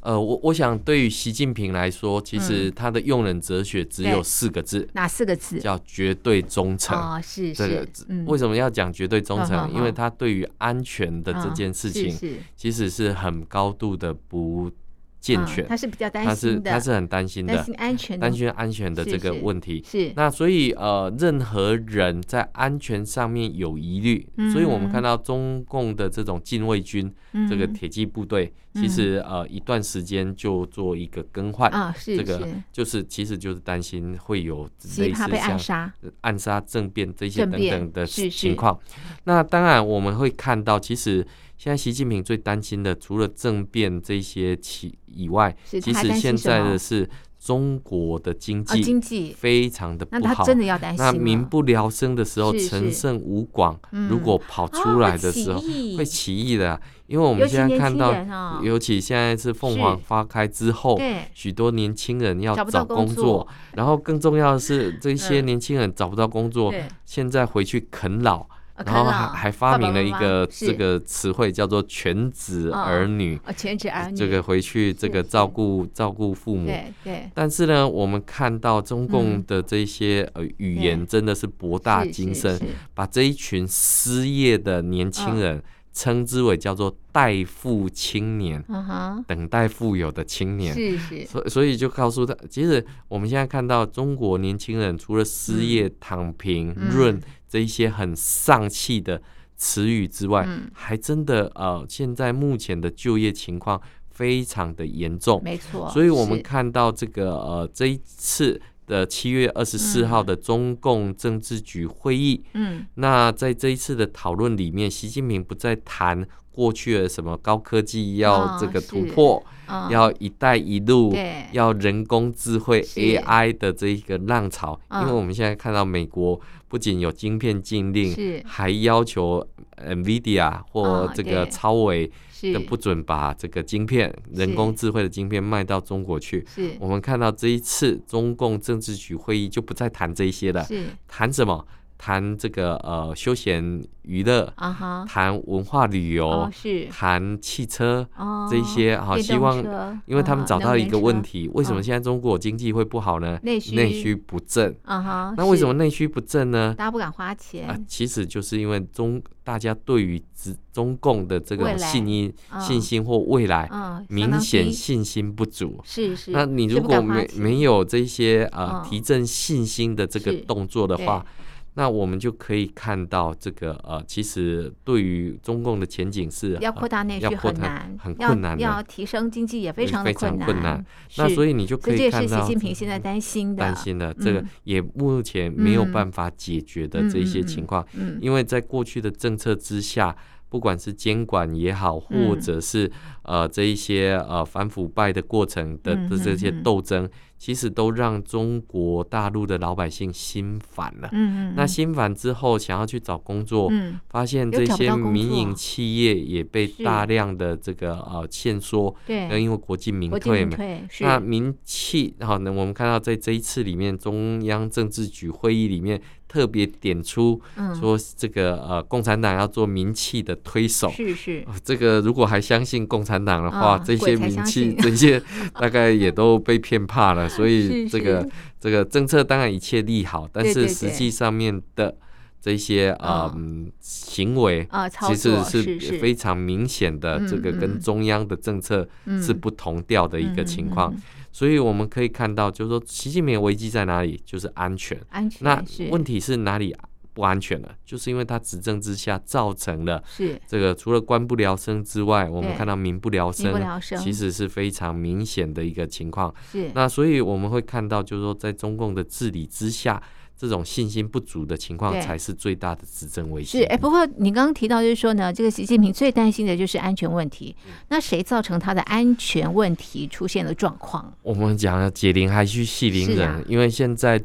[SPEAKER 2] 呃，我我想对于习近平来说，其实他的用人哲学只有
[SPEAKER 1] 嗯对
[SPEAKER 2] 四个字，
[SPEAKER 1] 哪四个字？
[SPEAKER 2] 叫绝对忠诚。
[SPEAKER 1] 哦，是
[SPEAKER 2] 这个
[SPEAKER 1] 是，嗯，
[SPEAKER 2] 为什么要讲绝对忠
[SPEAKER 1] 好好
[SPEAKER 2] 诚？因
[SPEAKER 1] 好
[SPEAKER 2] 为他对于安全的这件事情，
[SPEAKER 1] 啊是是
[SPEAKER 2] 其实是很高度的不健全
[SPEAKER 1] 嗯，他是比较担
[SPEAKER 2] 他是
[SPEAKER 1] 心的，
[SPEAKER 2] 他是很担心
[SPEAKER 1] 担
[SPEAKER 2] 的，
[SPEAKER 1] 心安全的，
[SPEAKER 2] 担心安全的
[SPEAKER 1] 是
[SPEAKER 2] 这个
[SPEAKER 1] 是
[SPEAKER 2] 问题。
[SPEAKER 1] 是
[SPEAKER 2] 那所以呃，任何人在安全上面有疑虑，所以我们
[SPEAKER 1] 嗯
[SPEAKER 2] 看到中共的这种禁卫军，这个铁骑部队，
[SPEAKER 1] 嗯
[SPEAKER 2] 其实呃一段时间就做一个更换
[SPEAKER 1] 嗯，啊，是
[SPEAKER 2] 这个
[SPEAKER 1] 是，
[SPEAKER 2] 就是其实就是担心会有
[SPEAKER 1] 是
[SPEAKER 2] 类
[SPEAKER 1] 怕
[SPEAKER 2] 似
[SPEAKER 1] 被暗
[SPEAKER 2] 像
[SPEAKER 1] 杀，
[SPEAKER 2] 暗杀、政变这些
[SPEAKER 1] 政
[SPEAKER 2] 等
[SPEAKER 1] 变
[SPEAKER 2] 等的
[SPEAKER 1] 是是
[SPEAKER 2] 情况。那当然我们会看到，其实现在习近平最担心的，除了政变这些其以外，
[SPEAKER 1] 是
[SPEAKER 2] 其
[SPEAKER 1] 他还
[SPEAKER 2] 实
[SPEAKER 1] 担
[SPEAKER 2] 现
[SPEAKER 1] 心什
[SPEAKER 2] 在
[SPEAKER 1] 么
[SPEAKER 2] 的？是中国的经
[SPEAKER 1] 啊，
[SPEAKER 2] 济
[SPEAKER 1] 经济，
[SPEAKER 2] 非常的
[SPEAKER 1] 那
[SPEAKER 2] 不
[SPEAKER 1] 他
[SPEAKER 2] 好。
[SPEAKER 1] 真的要担心
[SPEAKER 2] 那
[SPEAKER 1] 了。
[SPEAKER 2] 民不聊生的时候，
[SPEAKER 1] 是是
[SPEAKER 2] 陈胜吴广如果跑
[SPEAKER 1] 啊
[SPEAKER 2] 出来的时候，
[SPEAKER 1] 会起义
[SPEAKER 2] 会起义的啊、因为我
[SPEAKER 1] 尤
[SPEAKER 2] 们
[SPEAKER 1] 其
[SPEAKER 2] 现在
[SPEAKER 1] 年
[SPEAKER 2] 看
[SPEAKER 1] 轻
[SPEAKER 2] 到，
[SPEAKER 1] 人哦
[SPEAKER 2] 尤其现在是凤凰
[SPEAKER 1] 是
[SPEAKER 2] 花开之后，
[SPEAKER 1] 对
[SPEAKER 2] 许多年轻人要
[SPEAKER 1] 找不到
[SPEAKER 2] 找
[SPEAKER 1] 工
[SPEAKER 2] 工
[SPEAKER 1] 作
[SPEAKER 2] 作，然后更重要 的是，这些
[SPEAKER 1] 嗯
[SPEAKER 2] 年轻人找不到工作，
[SPEAKER 1] 对，
[SPEAKER 2] 现在回去啃老，
[SPEAKER 1] 呃
[SPEAKER 2] 然后
[SPEAKER 1] 啃
[SPEAKER 2] 还
[SPEAKER 1] 老
[SPEAKER 2] 还发明了一个
[SPEAKER 1] 爸爸妈妈是
[SPEAKER 2] 这个词汇叫做全职儿女，
[SPEAKER 1] 啊，全职儿女，
[SPEAKER 2] 这个回去这个
[SPEAKER 1] 是
[SPEAKER 2] 照顾照顾父母。
[SPEAKER 1] 对对
[SPEAKER 2] 但是呢，我们看到中共
[SPEAKER 1] 嗯
[SPEAKER 2] 的这些、呃语言真的是博大
[SPEAKER 1] 是
[SPEAKER 2] 精
[SPEAKER 1] 是
[SPEAKER 2] 深，
[SPEAKER 1] 是嗯
[SPEAKER 2] 把这一群失业的年轻人称之为叫做待富青年，
[SPEAKER 1] 嗯哼，
[SPEAKER 2] 等待富有的青年。
[SPEAKER 1] 是是
[SPEAKER 2] 所所以就告诉他，其实我们现在看到中国年轻人除了失业、躺平、
[SPEAKER 1] 嗯
[SPEAKER 2] 润这一些很丧气的词语之外，
[SPEAKER 1] 嗯
[SPEAKER 2] 还真的呃，现在目前的就业情况非常的严重。
[SPEAKER 1] 没错，
[SPEAKER 2] 所以我们
[SPEAKER 1] 是
[SPEAKER 2] 看到这个呃这一次的七月二十四
[SPEAKER 1] 嗯
[SPEAKER 2] 号的中共政治局会议，
[SPEAKER 1] 嗯
[SPEAKER 2] 那在这一次的讨论里面，习近平不再谈过去的什么高科技要
[SPEAKER 1] 啊
[SPEAKER 2] 这个
[SPEAKER 1] 是
[SPEAKER 2] 突破，
[SPEAKER 1] 嗯
[SPEAKER 2] 要“一带一路
[SPEAKER 1] 对”，
[SPEAKER 2] 要人工智慧
[SPEAKER 1] 是
[SPEAKER 2] AI 的这一个浪潮，
[SPEAKER 1] 嗯
[SPEAKER 2] 因为我们现在看到美国不仅有晶片禁
[SPEAKER 1] 是
[SPEAKER 2] 令，还要求呃 NVIDIA 或
[SPEAKER 1] 啊
[SPEAKER 2] 这个
[SPEAKER 1] 对
[SPEAKER 2] 超维
[SPEAKER 1] 是
[SPEAKER 2] 的不准把这个晶片、人工智慧的晶片卖到中国去。
[SPEAKER 1] 是
[SPEAKER 2] 我们看到这一次中共政治局会议就不再谈这一些了，
[SPEAKER 1] 是
[SPEAKER 2] 谈什么？谈这个呃休闲娱乐，
[SPEAKER 1] 啊哈，
[SPEAKER 2] 谈文化旅游
[SPEAKER 1] 哦，是
[SPEAKER 2] 谈汽车，
[SPEAKER 1] 哦
[SPEAKER 2] 这一些好
[SPEAKER 1] 电
[SPEAKER 2] 希
[SPEAKER 1] 动
[SPEAKER 2] 望
[SPEAKER 1] 车
[SPEAKER 2] 因为他们
[SPEAKER 1] 啊
[SPEAKER 2] 找
[SPEAKER 1] 能
[SPEAKER 2] 到一
[SPEAKER 1] 源
[SPEAKER 2] 个
[SPEAKER 1] 车
[SPEAKER 2] 问题，为什
[SPEAKER 1] 嗯
[SPEAKER 2] 么现在中国经济会不好呢？
[SPEAKER 1] 内需
[SPEAKER 2] 内需不振。
[SPEAKER 1] 啊哈，
[SPEAKER 2] 那为什
[SPEAKER 1] 是
[SPEAKER 2] 么内需不振呢？
[SPEAKER 1] 大家不敢花钱？嗯
[SPEAKER 2] 啊，其实就是因为中大家对于中中共的这
[SPEAKER 1] 未来
[SPEAKER 2] 种信心、
[SPEAKER 1] 嗯
[SPEAKER 2] 信心或未来
[SPEAKER 1] 嗯，相
[SPEAKER 2] 哎明
[SPEAKER 1] 当
[SPEAKER 2] 显
[SPEAKER 1] 低
[SPEAKER 2] 信心不足。
[SPEAKER 1] 是是，
[SPEAKER 2] 那你
[SPEAKER 1] 是
[SPEAKER 2] 如
[SPEAKER 1] 不
[SPEAKER 2] 果
[SPEAKER 1] 敢花
[SPEAKER 2] 没
[SPEAKER 1] 钱
[SPEAKER 2] 没有这些呃
[SPEAKER 1] 嗯
[SPEAKER 2] 提振信心的这个
[SPEAKER 1] 是
[SPEAKER 2] 动作的话，那我们就可以看到这个呃，其实对于中共的前景是
[SPEAKER 1] 要
[SPEAKER 2] 呃
[SPEAKER 1] 扩大内
[SPEAKER 2] 要
[SPEAKER 1] 需
[SPEAKER 2] 扩
[SPEAKER 1] 很
[SPEAKER 2] 大
[SPEAKER 1] 难，
[SPEAKER 2] 很
[SPEAKER 1] 要
[SPEAKER 2] 困难的
[SPEAKER 1] 要提升经济也非
[SPEAKER 2] 也
[SPEAKER 1] 常的
[SPEAKER 2] 非常
[SPEAKER 1] 难。
[SPEAKER 2] 困难那
[SPEAKER 1] 是
[SPEAKER 2] 所以你就
[SPEAKER 1] 所
[SPEAKER 2] 可
[SPEAKER 1] 以这也
[SPEAKER 2] 以
[SPEAKER 1] 是
[SPEAKER 2] 看
[SPEAKER 1] 习
[SPEAKER 2] 到
[SPEAKER 1] 近平现在担心的，
[SPEAKER 2] 担心的这个
[SPEAKER 1] 嗯
[SPEAKER 2] 也目前没有
[SPEAKER 1] 嗯
[SPEAKER 2] 办法解决的这一些
[SPEAKER 1] 嗯嗯嗯
[SPEAKER 2] 情况，
[SPEAKER 1] 嗯，
[SPEAKER 2] 因为在过去的政策之下，不管是监管也好，
[SPEAKER 1] 嗯
[SPEAKER 2] 或者是呃这一些呃反腐败的过程的
[SPEAKER 1] 嗯
[SPEAKER 2] 的这些
[SPEAKER 1] 嗯嗯
[SPEAKER 2] 斗争，其实都让中国大陆的老百姓心烦了。
[SPEAKER 1] 嗯嗯，
[SPEAKER 2] 那
[SPEAKER 1] 嗯
[SPEAKER 2] 心烦之后，想要去找工作，
[SPEAKER 1] 嗯
[SPEAKER 2] 发现
[SPEAKER 1] 又
[SPEAKER 2] 这
[SPEAKER 1] 找不
[SPEAKER 2] 些
[SPEAKER 1] 到工
[SPEAKER 2] 民
[SPEAKER 1] 作
[SPEAKER 2] 营企业也被
[SPEAKER 1] 是
[SPEAKER 2] 大量的这个呃限缩，那
[SPEAKER 1] 对，
[SPEAKER 2] 因为国进民
[SPEAKER 1] 国进
[SPEAKER 2] 退
[SPEAKER 1] 民
[SPEAKER 2] 嘛。
[SPEAKER 1] 退是
[SPEAKER 2] 那民气好，那我们看到在这一次里面，中央政治局会议里面特别点出
[SPEAKER 1] 嗯，
[SPEAKER 2] 说这个呃，共产党要做名气的推手。
[SPEAKER 1] 是是，
[SPEAKER 2] 哦这个如果还相信共产党的话，
[SPEAKER 1] 啊
[SPEAKER 2] 这
[SPEAKER 1] 鬼
[SPEAKER 2] 些
[SPEAKER 1] 才
[SPEAKER 2] 名
[SPEAKER 1] 相
[SPEAKER 2] 气
[SPEAKER 1] 信，
[SPEAKER 2] 这些大概也都被骗怕 了。所以
[SPEAKER 1] 是
[SPEAKER 2] 这个
[SPEAKER 1] 是
[SPEAKER 2] 这个政策当然一切利好，但
[SPEAKER 1] 对
[SPEAKER 2] 是
[SPEAKER 1] 对
[SPEAKER 2] 实
[SPEAKER 1] 对
[SPEAKER 2] 际上面的这些
[SPEAKER 1] 啊
[SPEAKER 2] 呃嗯行为
[SPEAKER 1] 啊，操
[SPEAKER 2] 其实
[SPEAKER 1] 作
[SPEAKER 2] 是
[SPEAKER 1] 是
[SPEAKER 2] 非常明显的，
[SPEAKER 1] 嗯
[SPEAKER 2] 这个
[SPEAKER 1] 嗯
[SPEAKER 2] 跟中央的政策是
[SPEAKER 1] 嗯
[SPEAKER 2] 不同调的一个情况
[SPEAKER 1] 嗯嗯嗯。
[SPEAKER 2] 所以我们可以看到，就是说习近平的危机在哪里，就是安全。
[SPEAKER 1] 安全
[SPEAKER 2] 那
[SPEAKER 1] 是
[SPEAKER 2] 问题是哪里不安全了？就是因为他执政之下造成了。
[SPEAKER 1] 是
[SPEAKER 2] 这个除了官不聊生之外，我们
[SPEAKER 1] 对
[SPEAKER 2] 看到民不聊
[SPEAKER 1] 民
[SPEAKER 2] 生
[SPEAKER 1] 不，聊生，
[SPEAKER 2] 其实是非常明显的一个情况。
[SPEAKER 1] 是
[SPEAKER 2] 那所以我们会看到，就是说在中共的治理之下，这种信心不足的情况
[SPEAKER 1] 对
[SPEAKER 2] 才是最大的执政危
[SPEAKER 1] 是
[SPEAKER 2] 机。
[SPEAKER 1] 哎，不过你刚刚提到就是说呢，这个习近平最担心的就是安全问题，
[SPEAKER 2] 嗯
[SPEAKER 1] 那谁造成他的安全问题出现了状况？
[SPEAKER 2] 我们讲了解铃还须系铃
[SPEAKER 1] 是
[SPEAKER 2] 人，
[SPEAKER 1] 啊
[SPEAKER 2] 因为现在。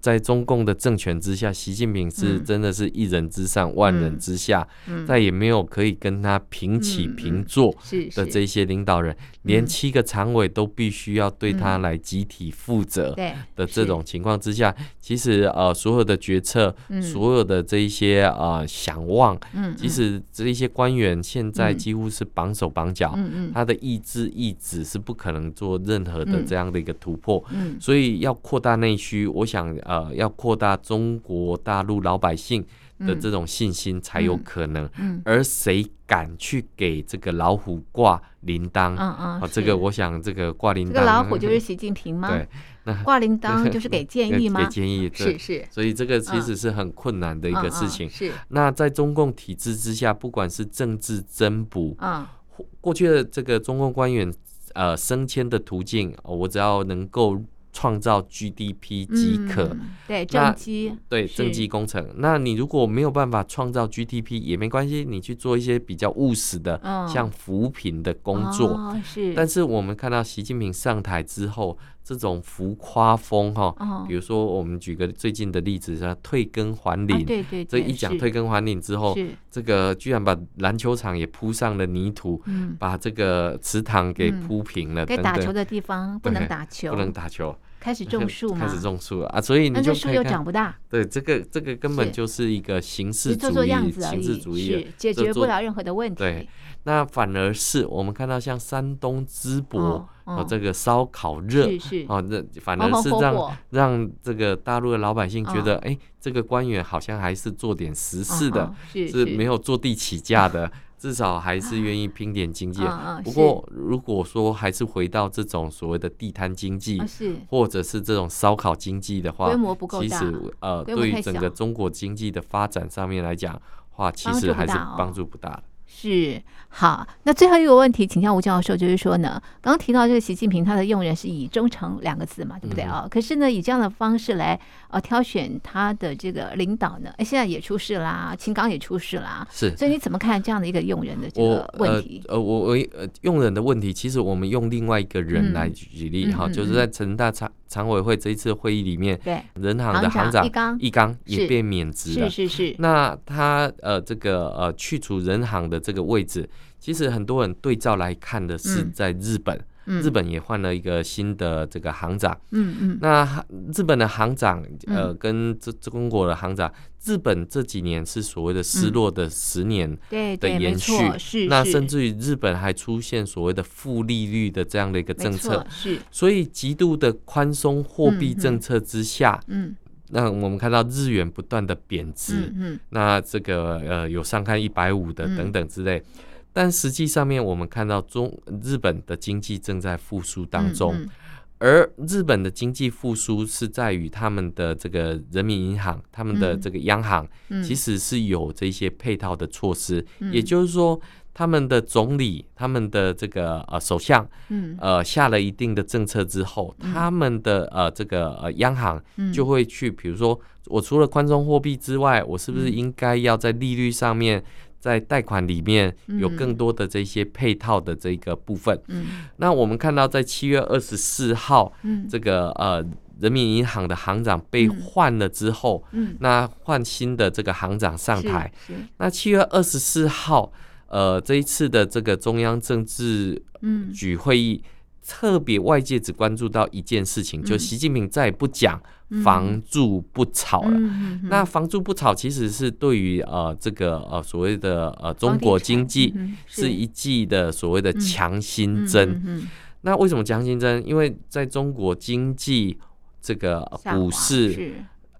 [SPEAKER 2] 在中共的政权之下，习近平是
[SPEAKER 1] 嗯
[SPEAKER 2] 真的是一人之上，万人之下，
[SPEAKER 1] 嗯，
[SPEAKER 2] 再也没有可以跟他平起
[SPEAKER 1] 嗯嗯
[SPEAKER 2] 平坐。
[SPEAKER 1] 是是
[SPEAKER 2] 的这些领导人，连
[SPEAKER 1] 嗯
[SPEAKER 2] 七个常委都必须要对他来集体负责
[SPEAKER 1] 对
[SPEAKER 2] 的
[SPEAKER 1] 是
[SPEAKER 2] 这种情况之下，其实呃，所有的决策，
[SPEAKER 1] 嗯
[SPEAKER 2] 所有的这一些呃想望，
[SPEAKER 1] 嗯，
[SPEAKER 2] 其实这一些官员现在
[SPEAKER 1] 嗯
[SPEAKER 2] 几乎是绑手绑脚，
[SPEAKER 1] 嗯嗯
[SPEAKER 2] 他的意志意志是不可能做任何的
[SPEAKER 1] 嗯
[SPEAKER 2] 这样的一个突破。
[SPEAKER 1] 嗯
[SPEAKER 2] 所以要扩大内需，我想呃，要扩大中国大陆老百姓的
[SPEAKER 1] 嗯
[SPEAKER 2] 这种信心才有
[SPEAKER 1] 嗯
[SPEAKER 2] 可能。
[SPEAKER 1] 嗯
[SPEAKER 2] 而谁敢去给这个老虎挂铃铛？
[SPEAKER 1] 嗯嗯
[SPEAKER 2] 啊，这
[SPEAKER 1] 是
[SPEAKER 2] 个我想这个挂铃铛，
[SPEAKER 1] 这个老虎就是习近平吗？
[SPEAKER 2] 对，
[SPEAKER 1] 挂铃 铛就是给建议
[SPEAKER 2] 给
[SPEAKER 1] 吗？
[SPEAKER 2] 建议
[SPEAKER 1] 是嗯
[SPEAKER 2] 对，
[SPEAKER 1] 是
[SPEAKER 2] 所以这个其
[SPEAKER 1] 嗯
[SPEAKER 2] 实是很困难的
[SPEAKER 1] 一
[SPEAKER 2] 一个事情。
[SPEAKER 1] 是
[SPEAKER 2] 那在中共体制之下，不管是政治增补，
[SPEAKER 1] 嗯
[SPEAKER 2] 或过去的这个中共官员呃升迁的途径，哦我只要能够创造 GDP 即可。
[SPEAKER 1] 嗯对
[SPEAKER 2] 那
[SPEAKER 1] 正畸
[SPEAKER 2] 对
[SPEAKER 1] 是
[SPEAKER 2] 政绩工程，那你如果没有办法创造 GDP 也没关系，你去做一些比较务实的，
[SPEAKER 1] 嗯
[SPEAKER 2] 像扶贫的工作，
[SPEAKER 1] 哦是，
[SPEAKER 2] 但是我们看到习近平上台之后，这种浮夸风哈、
[SPEAKER 1] 哦
[SPEAKER 2] 比如说我们举个最近的例子，像退耕还
[SPEAKER 1] 啊
[SPEAKER 2] 林，
[SPEAKER 1] 对对
[SPEAKER 2] 这
[SPEAKER 1] 对
[SPEAKER 2] 一讲
[SPEAKER 1] 是
[SPEAKER 2] 退耕还林之后，
[SPEAKER 1] 是
[SPEAKER 2] 这个居然把篮球场也铺上了泥土，
[SPEAKER 1] 嗯，
[SPEAKER 2] 把这个池塘给
[SPEAKER 1] 嗯
[SPEAKER 2] 铺平了，
[SPEAKER 1] 该
[SPEAKER 2] 等
[SPEAKER 1] 打球
[SPEAKER 2] 等，
[SPEAKER 1] 的地方不能
[SPEAKER 2] 对
[SPEAKER 1] 打球，
[SPEAKER 2] 不能打球，
[SPEAKER 1] 开始种树嘛
[SPEAKER 2] 开，始种树了啊，所以你
[SPEAKER 1] 但
[SPEAKER 2] 就是
[SPEAKER 1] 树
[SPEAKER 2] 可以
[SPEAKER 1] 又
[SPEAKER 2] 看，
[SPEAKER 1] 长不大，
[SPEAKER 2] 对这个这个根本
[SPEAKER 1] 是
[SPEAKER 2] 就是一个形
[SPEAKER 1] 只
[SPEAKER 2] 式
[SPEAKER 1] 做
[SPEAKER 2] 主
[SPEAKER 1] 做
[SPEAKER 2] 义
[SPEAKER 1] 样，子而啊
[SPEAKER 2] 形式主
[SPEAKER 1] 已，
[SPEAKER 2] 义
[SPEAKER 1] 是。解
[SPEAKER 2] 做
[SPEAKER 1] 决不
[SPEAKER 2] 做
[SPEAKER 1] 了任何的问
[SPEAKER 2] 对
[SPEAKER 1] 题。
[SPEAKER 2] 那反而是我们看到像山东淄博
[SPEAKER 1] 哦
[SPEAKER 2] 哦
[SPEAKER 1] 哦，
[SPEAKER 2] 这个烧烤热
[SPEAKER 1] 是是哦
[SPEAKER 2] 哦，那反
[SPEAKER 1] 红
[SPEAKER 2] 而
[SPEAKER 1] 红
[SPEAKER 2] 是
[SPEAKER 1] 火
[SPEAKER 2] 让
[SPEAKER 1] 火
[SPEAKER 2] 让这个大陆的老百姓觉
[SPEAKER 1] 嗯
[SPEAKER 2] 得，哎、这个官员好像还是做点实事的，
[SPEAKER 1] 嗯嗯是
[SPEAKER 2] 是没有坐地起价的，至少还是愿意拼点经济的。
[SPEAKER 1] 嗯嗯
[SPEAKER 2] 啊不过，如果说还是回到这种所谓的地摊经济，
[SPEAKER 1] 啊是
[SPEAKER 2] 或者是这种烧烤经济的话
[SPEAKER 1] 规，模不够
[SPEAKER 2] 其
[SPEAKER 1] 大，
[SPEAKER 2] 实呃，
[SPEAKER 1] 规模
[SPEAKER 2] 对
[SPEAKER 1] 太
[SPEAKER 2] 于整
[SPEAKER 1] 小
[SPEAKER 2] 个中国经济的发展上面来讲，话其
[SPEAKER 1] 帮助不
[SPEAKER 2] 实还是
[SPEAKER 1] 大哦
[SPEAKER 2] 帮助不大的。
[SPEAKER 1] 是好，那最后一个问题，请教吴教授，就是说呢，刚刚提到这个习近平他的用人是以忠诚两个字嘛，对不
[SPEAKER 2] 嗯
[SPEAKER 1] 对啊、可是呢，以这样的方式来呃挑选他的这个领导呢，哎，现在也出事啦，秦刚也出事啦，
[SPEAKER 2] 是
[SPEAKER 1] 所以你怎么看这样的一个用人的这
[SPEAKER 2] 我
[SPEAKER 1] 个问题？
[SPEAKER 2] 呃呃，我我呃用人的问题，其实我们用另外一个
[SPEAKER 1] 嗯
[SPEAKER 2] 人来举例哈、
[SPEAKER 1] 嗯嗯
[SPEAKER 2] 就是在成大常常委会这一次会议里面，
[SPEAKER 1] 对，
[SPEAKER 2] 人行的行
[SPEAKER 1] 长
[SPEAKER 2] 长
[SPEAKER 1] 一刚
[SPEAKER 2] 一刚
[SPEAKER 1] 是
[SPEAKER 2] 也被免职
[SPEAKER 1] 是
[SPEAKER 2] 了。
[SPEAKER 1] 是是，
[SPEAKER 2] 啊那他呃这个呃去除人行的这个位置，其实很多人对照来看的是
[SPEAKER 1] 嗯
[SPEAKER 2] 在日本，
[SPEAKER 1] 嗯
[SPEAKER 2] 日本也换了一个新的这个行长。
[SPEAKER 1] 嗯嗯
[SPEAKER 2] 那哈日本的行长呃跟这这中国的行长，日本这几年是所谓的失落的十年。
[SPEAKER 1] 对
[SPEAKER 2] 的
[SPEAKER 1] 对，没
[SPEAKER 2] 延续
[SPEAKER 1] 错，是
[SPEAKER 2] 那
[SPEAKER 1] 嗯是
[SPEAKER 2] 甚至于日本还出现所谓的负利率的这样的一个
[SPEAKER 1] 没
[SPEAKER 2] 政策
[SPEAKER 1] 错，是
[SPEAKER 2] 所以极度的宽松货币
[SPEAKER 1] 嗯嗯
[SPEAKER 2] 政策之下，
[SPEAKER 1] 嗯
[SPEAKER 2] 那我们看到日元不断的贬值，
[SPEAKER 1] 嗯嗯
[SPEAKER 2] 那这个呃有上看一百五的
[SPEAKER 1] 嗯
[SPEAKER 2] 等等之类，但实际上面我们看到中日本的经济正在复苏当中，
[SPEAKER 1] 嗯
[SPEAKER 2] 而日本的经济复苏是在于他们的这个人民银行、他们的
[SPEAKER 1] 嗯
[SPEAKER 2] 这个央行。
[SPEAKER 1] 嗯
[SPEAKER 2] 其
[SPEAKER 1] 实
[SPEAKER 2] 实是有这些配套的措施，
[SPEAKER 1] 嗯
[SPEAKER 2] 也就是说，他们的总理、他们的这个呃首相
[SPEAKER 1] 嗯
[SPEAKER 2] 呃下了一定的政策之后，他们的呃这个呃央行
[SPEAKER 1] 嗯
[SPEAKER 2] 就会去，比如说我除了宽松货币之外，我是不是
[SPEAKER 1] 嗯
[SPEAKER 2] 应该要在利率上面？在贷款里面有更多的这些配套的这个部分。
[SPEAKER 1] 嗯
[SPEAKER 2] 那我们看到，在七月二十四号，
[SPEAKER 1] 嗯
[SPEAKER 2] 这个呃人民银行的行长被
[SPEAKER 1] 嗯
[SPEAKER 2] 换了之后，
[SPEAKER 1] 嗯
[SPEAKER 2] 那换新的这个行长上台。
[SPEAKER 1] 是是
[SPEAKER 2] 那七月二十四号，呃，这一次的这个中央政治
[SPEAKER 1] 嗯
[SPEAKER 2] 局会议，特别外界只关注到一件事情，就
[SPEAKER 1] 嗯
[SPEAKER 2] 习近平再也不讲房住不炒了。
[SPEAKER 1] 嗯嗯
[SPEAKER 2] 那房住不炒其实是对于呃这个呃所谓的呃中国经济
[SPEAKER 1] 嗯
[SPEAKER 2] 是一剂的所谓的强心针。
[SPEAKER 1] 真，嗯
[SPEAKER 2] 那为什么强心针？因为在中国经济这个呃
[SPEAKER 1] 下
[SPEAKER 2] 股
[SPEAKER 1] 滑
[SPEAKER 2] 市
[SPEAKER 1] 是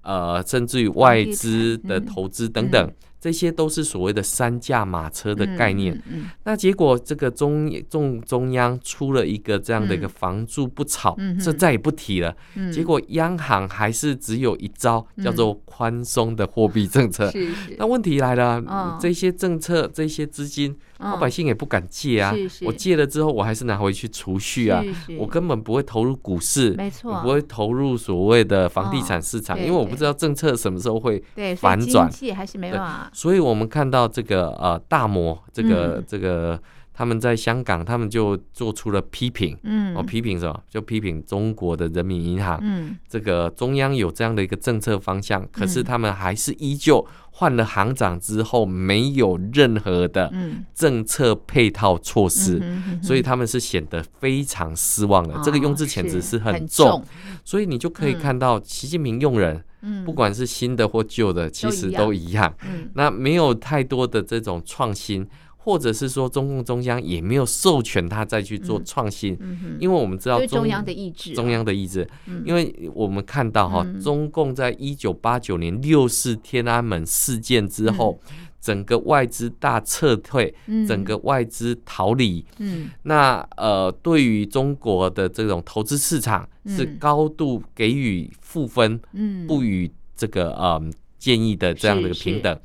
[SPEAKER 2] 呃，甚至于外
[SPEAKER 1] 地
[SPEAKER 2] 资
[SPEAKER 1] 产
[SPEAKER 2] 的
[SPEAKER 1] 嗯
[SPEAKER 2] 投资等等，这些都是所谓的三驾马车的概念。，
[SPEAKER 1] 嗯
[SPEAKER 2] 那结果这个中中中央出了一个这样的一
[SPEAKER 1] 嗯
[SPEAKER 2] 个房住不炒，
[SPEAKER 1] 嗯
[SPEAKER 2] 这
[SPEAKER 1] 哼
[SPEAKER 2] 再也不提了。
[SPEAKER 1] 嗯嗯
[SPEAKER 2] 结果央行还是只有一招，
[SPEAKER 1] 嗯
[SPEAKER 2] 叫做宽松的货币政策。
[SPEAKER 1] 是是，
[SPEAKER 2] 那问题来了，
[SPEAKER 1] 嗯
[SPEAKER 2] 这些政策、这些资金，老
[SPEAKER 1] 嗯
[SPEAKER 2] 百姓也不敢借啊。
[SPEAKER 1] 是是
[SPEAKER 2] 我借了之后，我还是拿回去储蓄啊，
[SPEAKER 1] 是是
[SPEAKER 2] 我根本不会投入股市，
[SPEAKER 1] 没
[SPEAKER 2] 我
[SPEAKER 1] 错，
[SPEAKER 2] 不会投入所谓的房地
[SPEAKER 1] 哦
[SPEAKER 2] 产市场，
[SPEAKER 1] 对
[SPEAKER 2] 因为我
[SPEAKER 1] 对
[SPEAKER 2] 不知道政策什么时候会
[SPEAKER 1] 对所以
[SPEAKER 2] 反转
[SPEAKER 1] 经。济还是没
[SPEAKER 2] 对
[SPEAKER 1] 办法，
[SPEAKER 2] 所以我们看到这个呃大摩这个、
[SPEAKER 1] 嗯
[SPEAKER 2] 这个他们在香港，他们就做出了批评。
[SPEAKER 1] 嗯，
[SPEAKER 2] 哦，批评什么？就批评中国的人民银行，
[SPEAKER 1] 嗯
[SPEAKER 2] 这个中央有这样的一个政策方向，可是他们还是依旧换了行长之后，没有任何的
[SPEAKER 1] 嗯
[SPEAKER 2] 政策配套措施，
[SPEAKER 1] 嗯哼
[SPEAKER 2] 所以他们是显得非常失望的。这个
[SPEAKER 1] 哦
[SPEAKER 2] 用字遣词
[SPEAKER 1] 是
[SPEAKER 2] 是
[SPEAKER 1] 很
[SPEAKER 2] 很重，，所以你就可以
[SPEAKER 1] 嗯
[SPEAKER 2] 看到习近平用人，
[SPEAKER 1] 嗯，
[SPEAKER 2] 不管是新的或旧的，其实
[SPEAKER 1] 都
[SPEAKER 2] 都一样。
[SPEAKER 1] 嗯
[SPEAKER 2] 那没有太多的这种创新，或者是说中共中央也没有授权他再去做
[SPEAKER 1] 嗯
[SPEAKER 2] 创新，
[SPEAKER 1] 嗯哼，
[SPEAKER 2] 因为我们知道
[SPEAKER 1] 就是
[SPEAKER 2] 中
[SPEAKER 1] 中央的意志啊，
[SPEAKER 2] 中央的意志，
[SPEAKER 1] 嗯
[SPEAKER 2] 因为我们看到哈、
[SPEAKER 1] 嗯
[SPEAKER 2] 中共在一九八九年六四天安门事件之后，整个外资大撤退，
[SPEAKER 1] 嗯
[SPEAKER 2] 整个外资逃离，
[SPEAKER 1] 嗯
[SPEAKER 2] 那呃，对于中国的这种投资市场是
[SPEAKER 1] 嗯
[SPEAKER 2] 高度给予负分，
[SPEAKER 1] 嗯
[SPEAKER 2] 不予这个嗯、建议的这样的一个
[SPEAKER 1] 是
[SPEAKER 2] 平等。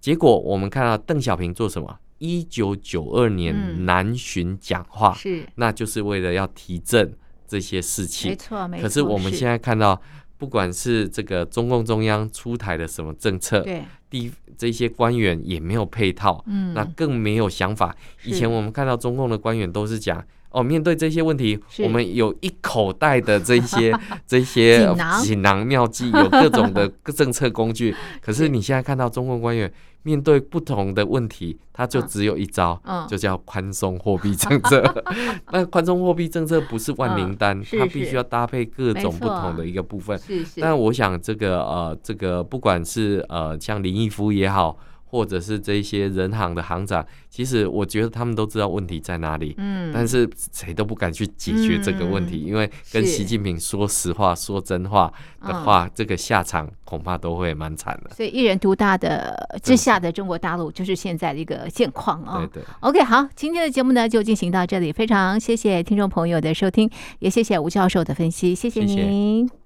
[SPEAKER 2] 结果我们看到邓小平做什么？一九九二
[SPEAKER 1] 嗯
[SPEAKER 2] 年南巡讲话，
[SPEAKER 1] 是
[SPEAKER 2] 那就是为了要提振这些士
[SPEAKER 1] 没
[SPEAKER 2] 气。
[SPEAKER 1] 错没错，
[SPEAKER 2] 可是我们现在看到，不管是这个中共中央出台的什么政策，
[SPEAKER 1] 对
[SPEAKER 2] 地这些官员也没有配套，
[SPEAKER 1] 嗯
[SPEAKER 2] 那更没有想法。以
[SPEAKER 1] 是
[SPEAKER 2] 前我们看到中共的官员都是讲。哦，面对这些问题，
[SPEAKER 1] 是
[SPEAKER 2] 我们有一口袋的这 些这些
[SPEAKER 1] 锦囊
[SPEAKER 2] 锦囊妙计，有各种的各政策 工具。可
[SPEAKER 1] 是
[SPEAKER 2] 是你现在看到中共官员面对不同的问题，他就
[SPEAKER 1] 嗯
[SPEAKER 2] 只有一招，
[SPEAKER 1] 嗯
[SPEAKER 2] 就叫宽松货币政策。 那宽松货币政策不是万灵丹，
[SPEAKER 1] 嗯是
[SPEAKER 2] 它必
[SPEAKER 1] 是
[SPEAKER 2] 须要搭配各
[SPEAKER 1] 没
[SPEAKER 2] 种不
[SPEAKER 1] 错啊
[SPEAKER 2] 同的一个部分。
[SPEAKER 1] 是是
[SPEAKER 2] 但我想这个呃，这个不管是呃像林毅夫也好，或者是这一些人行的行长，其实我觉得他们都知道问题在哪里，
[SPEAKER 1] 嗯
[SPEAKER 2] 但是谁都不敢去解决这个问题，因为跟
[SPEAKER 1] 是
[SPEAKER 2] 习近平说实话、说真话的
[SPEAKER 1] 嗯
[SPEAKER 2] 话，这个下场恐怕都会蛮惨的。
[SPEAKER 1] 所以一人独大的之下的中国大陆，就是现在的一个现况啊、
[SPEAKER 2] 嗯对对。
[SPEAKER 1] OK，好，今天的节目呢就进行到这里，非常谢谢听众朋友的收听，也谢谢吴教授的分析，谢
[SPEAKER 2] 谢谢
[SPEAKER 1] 您。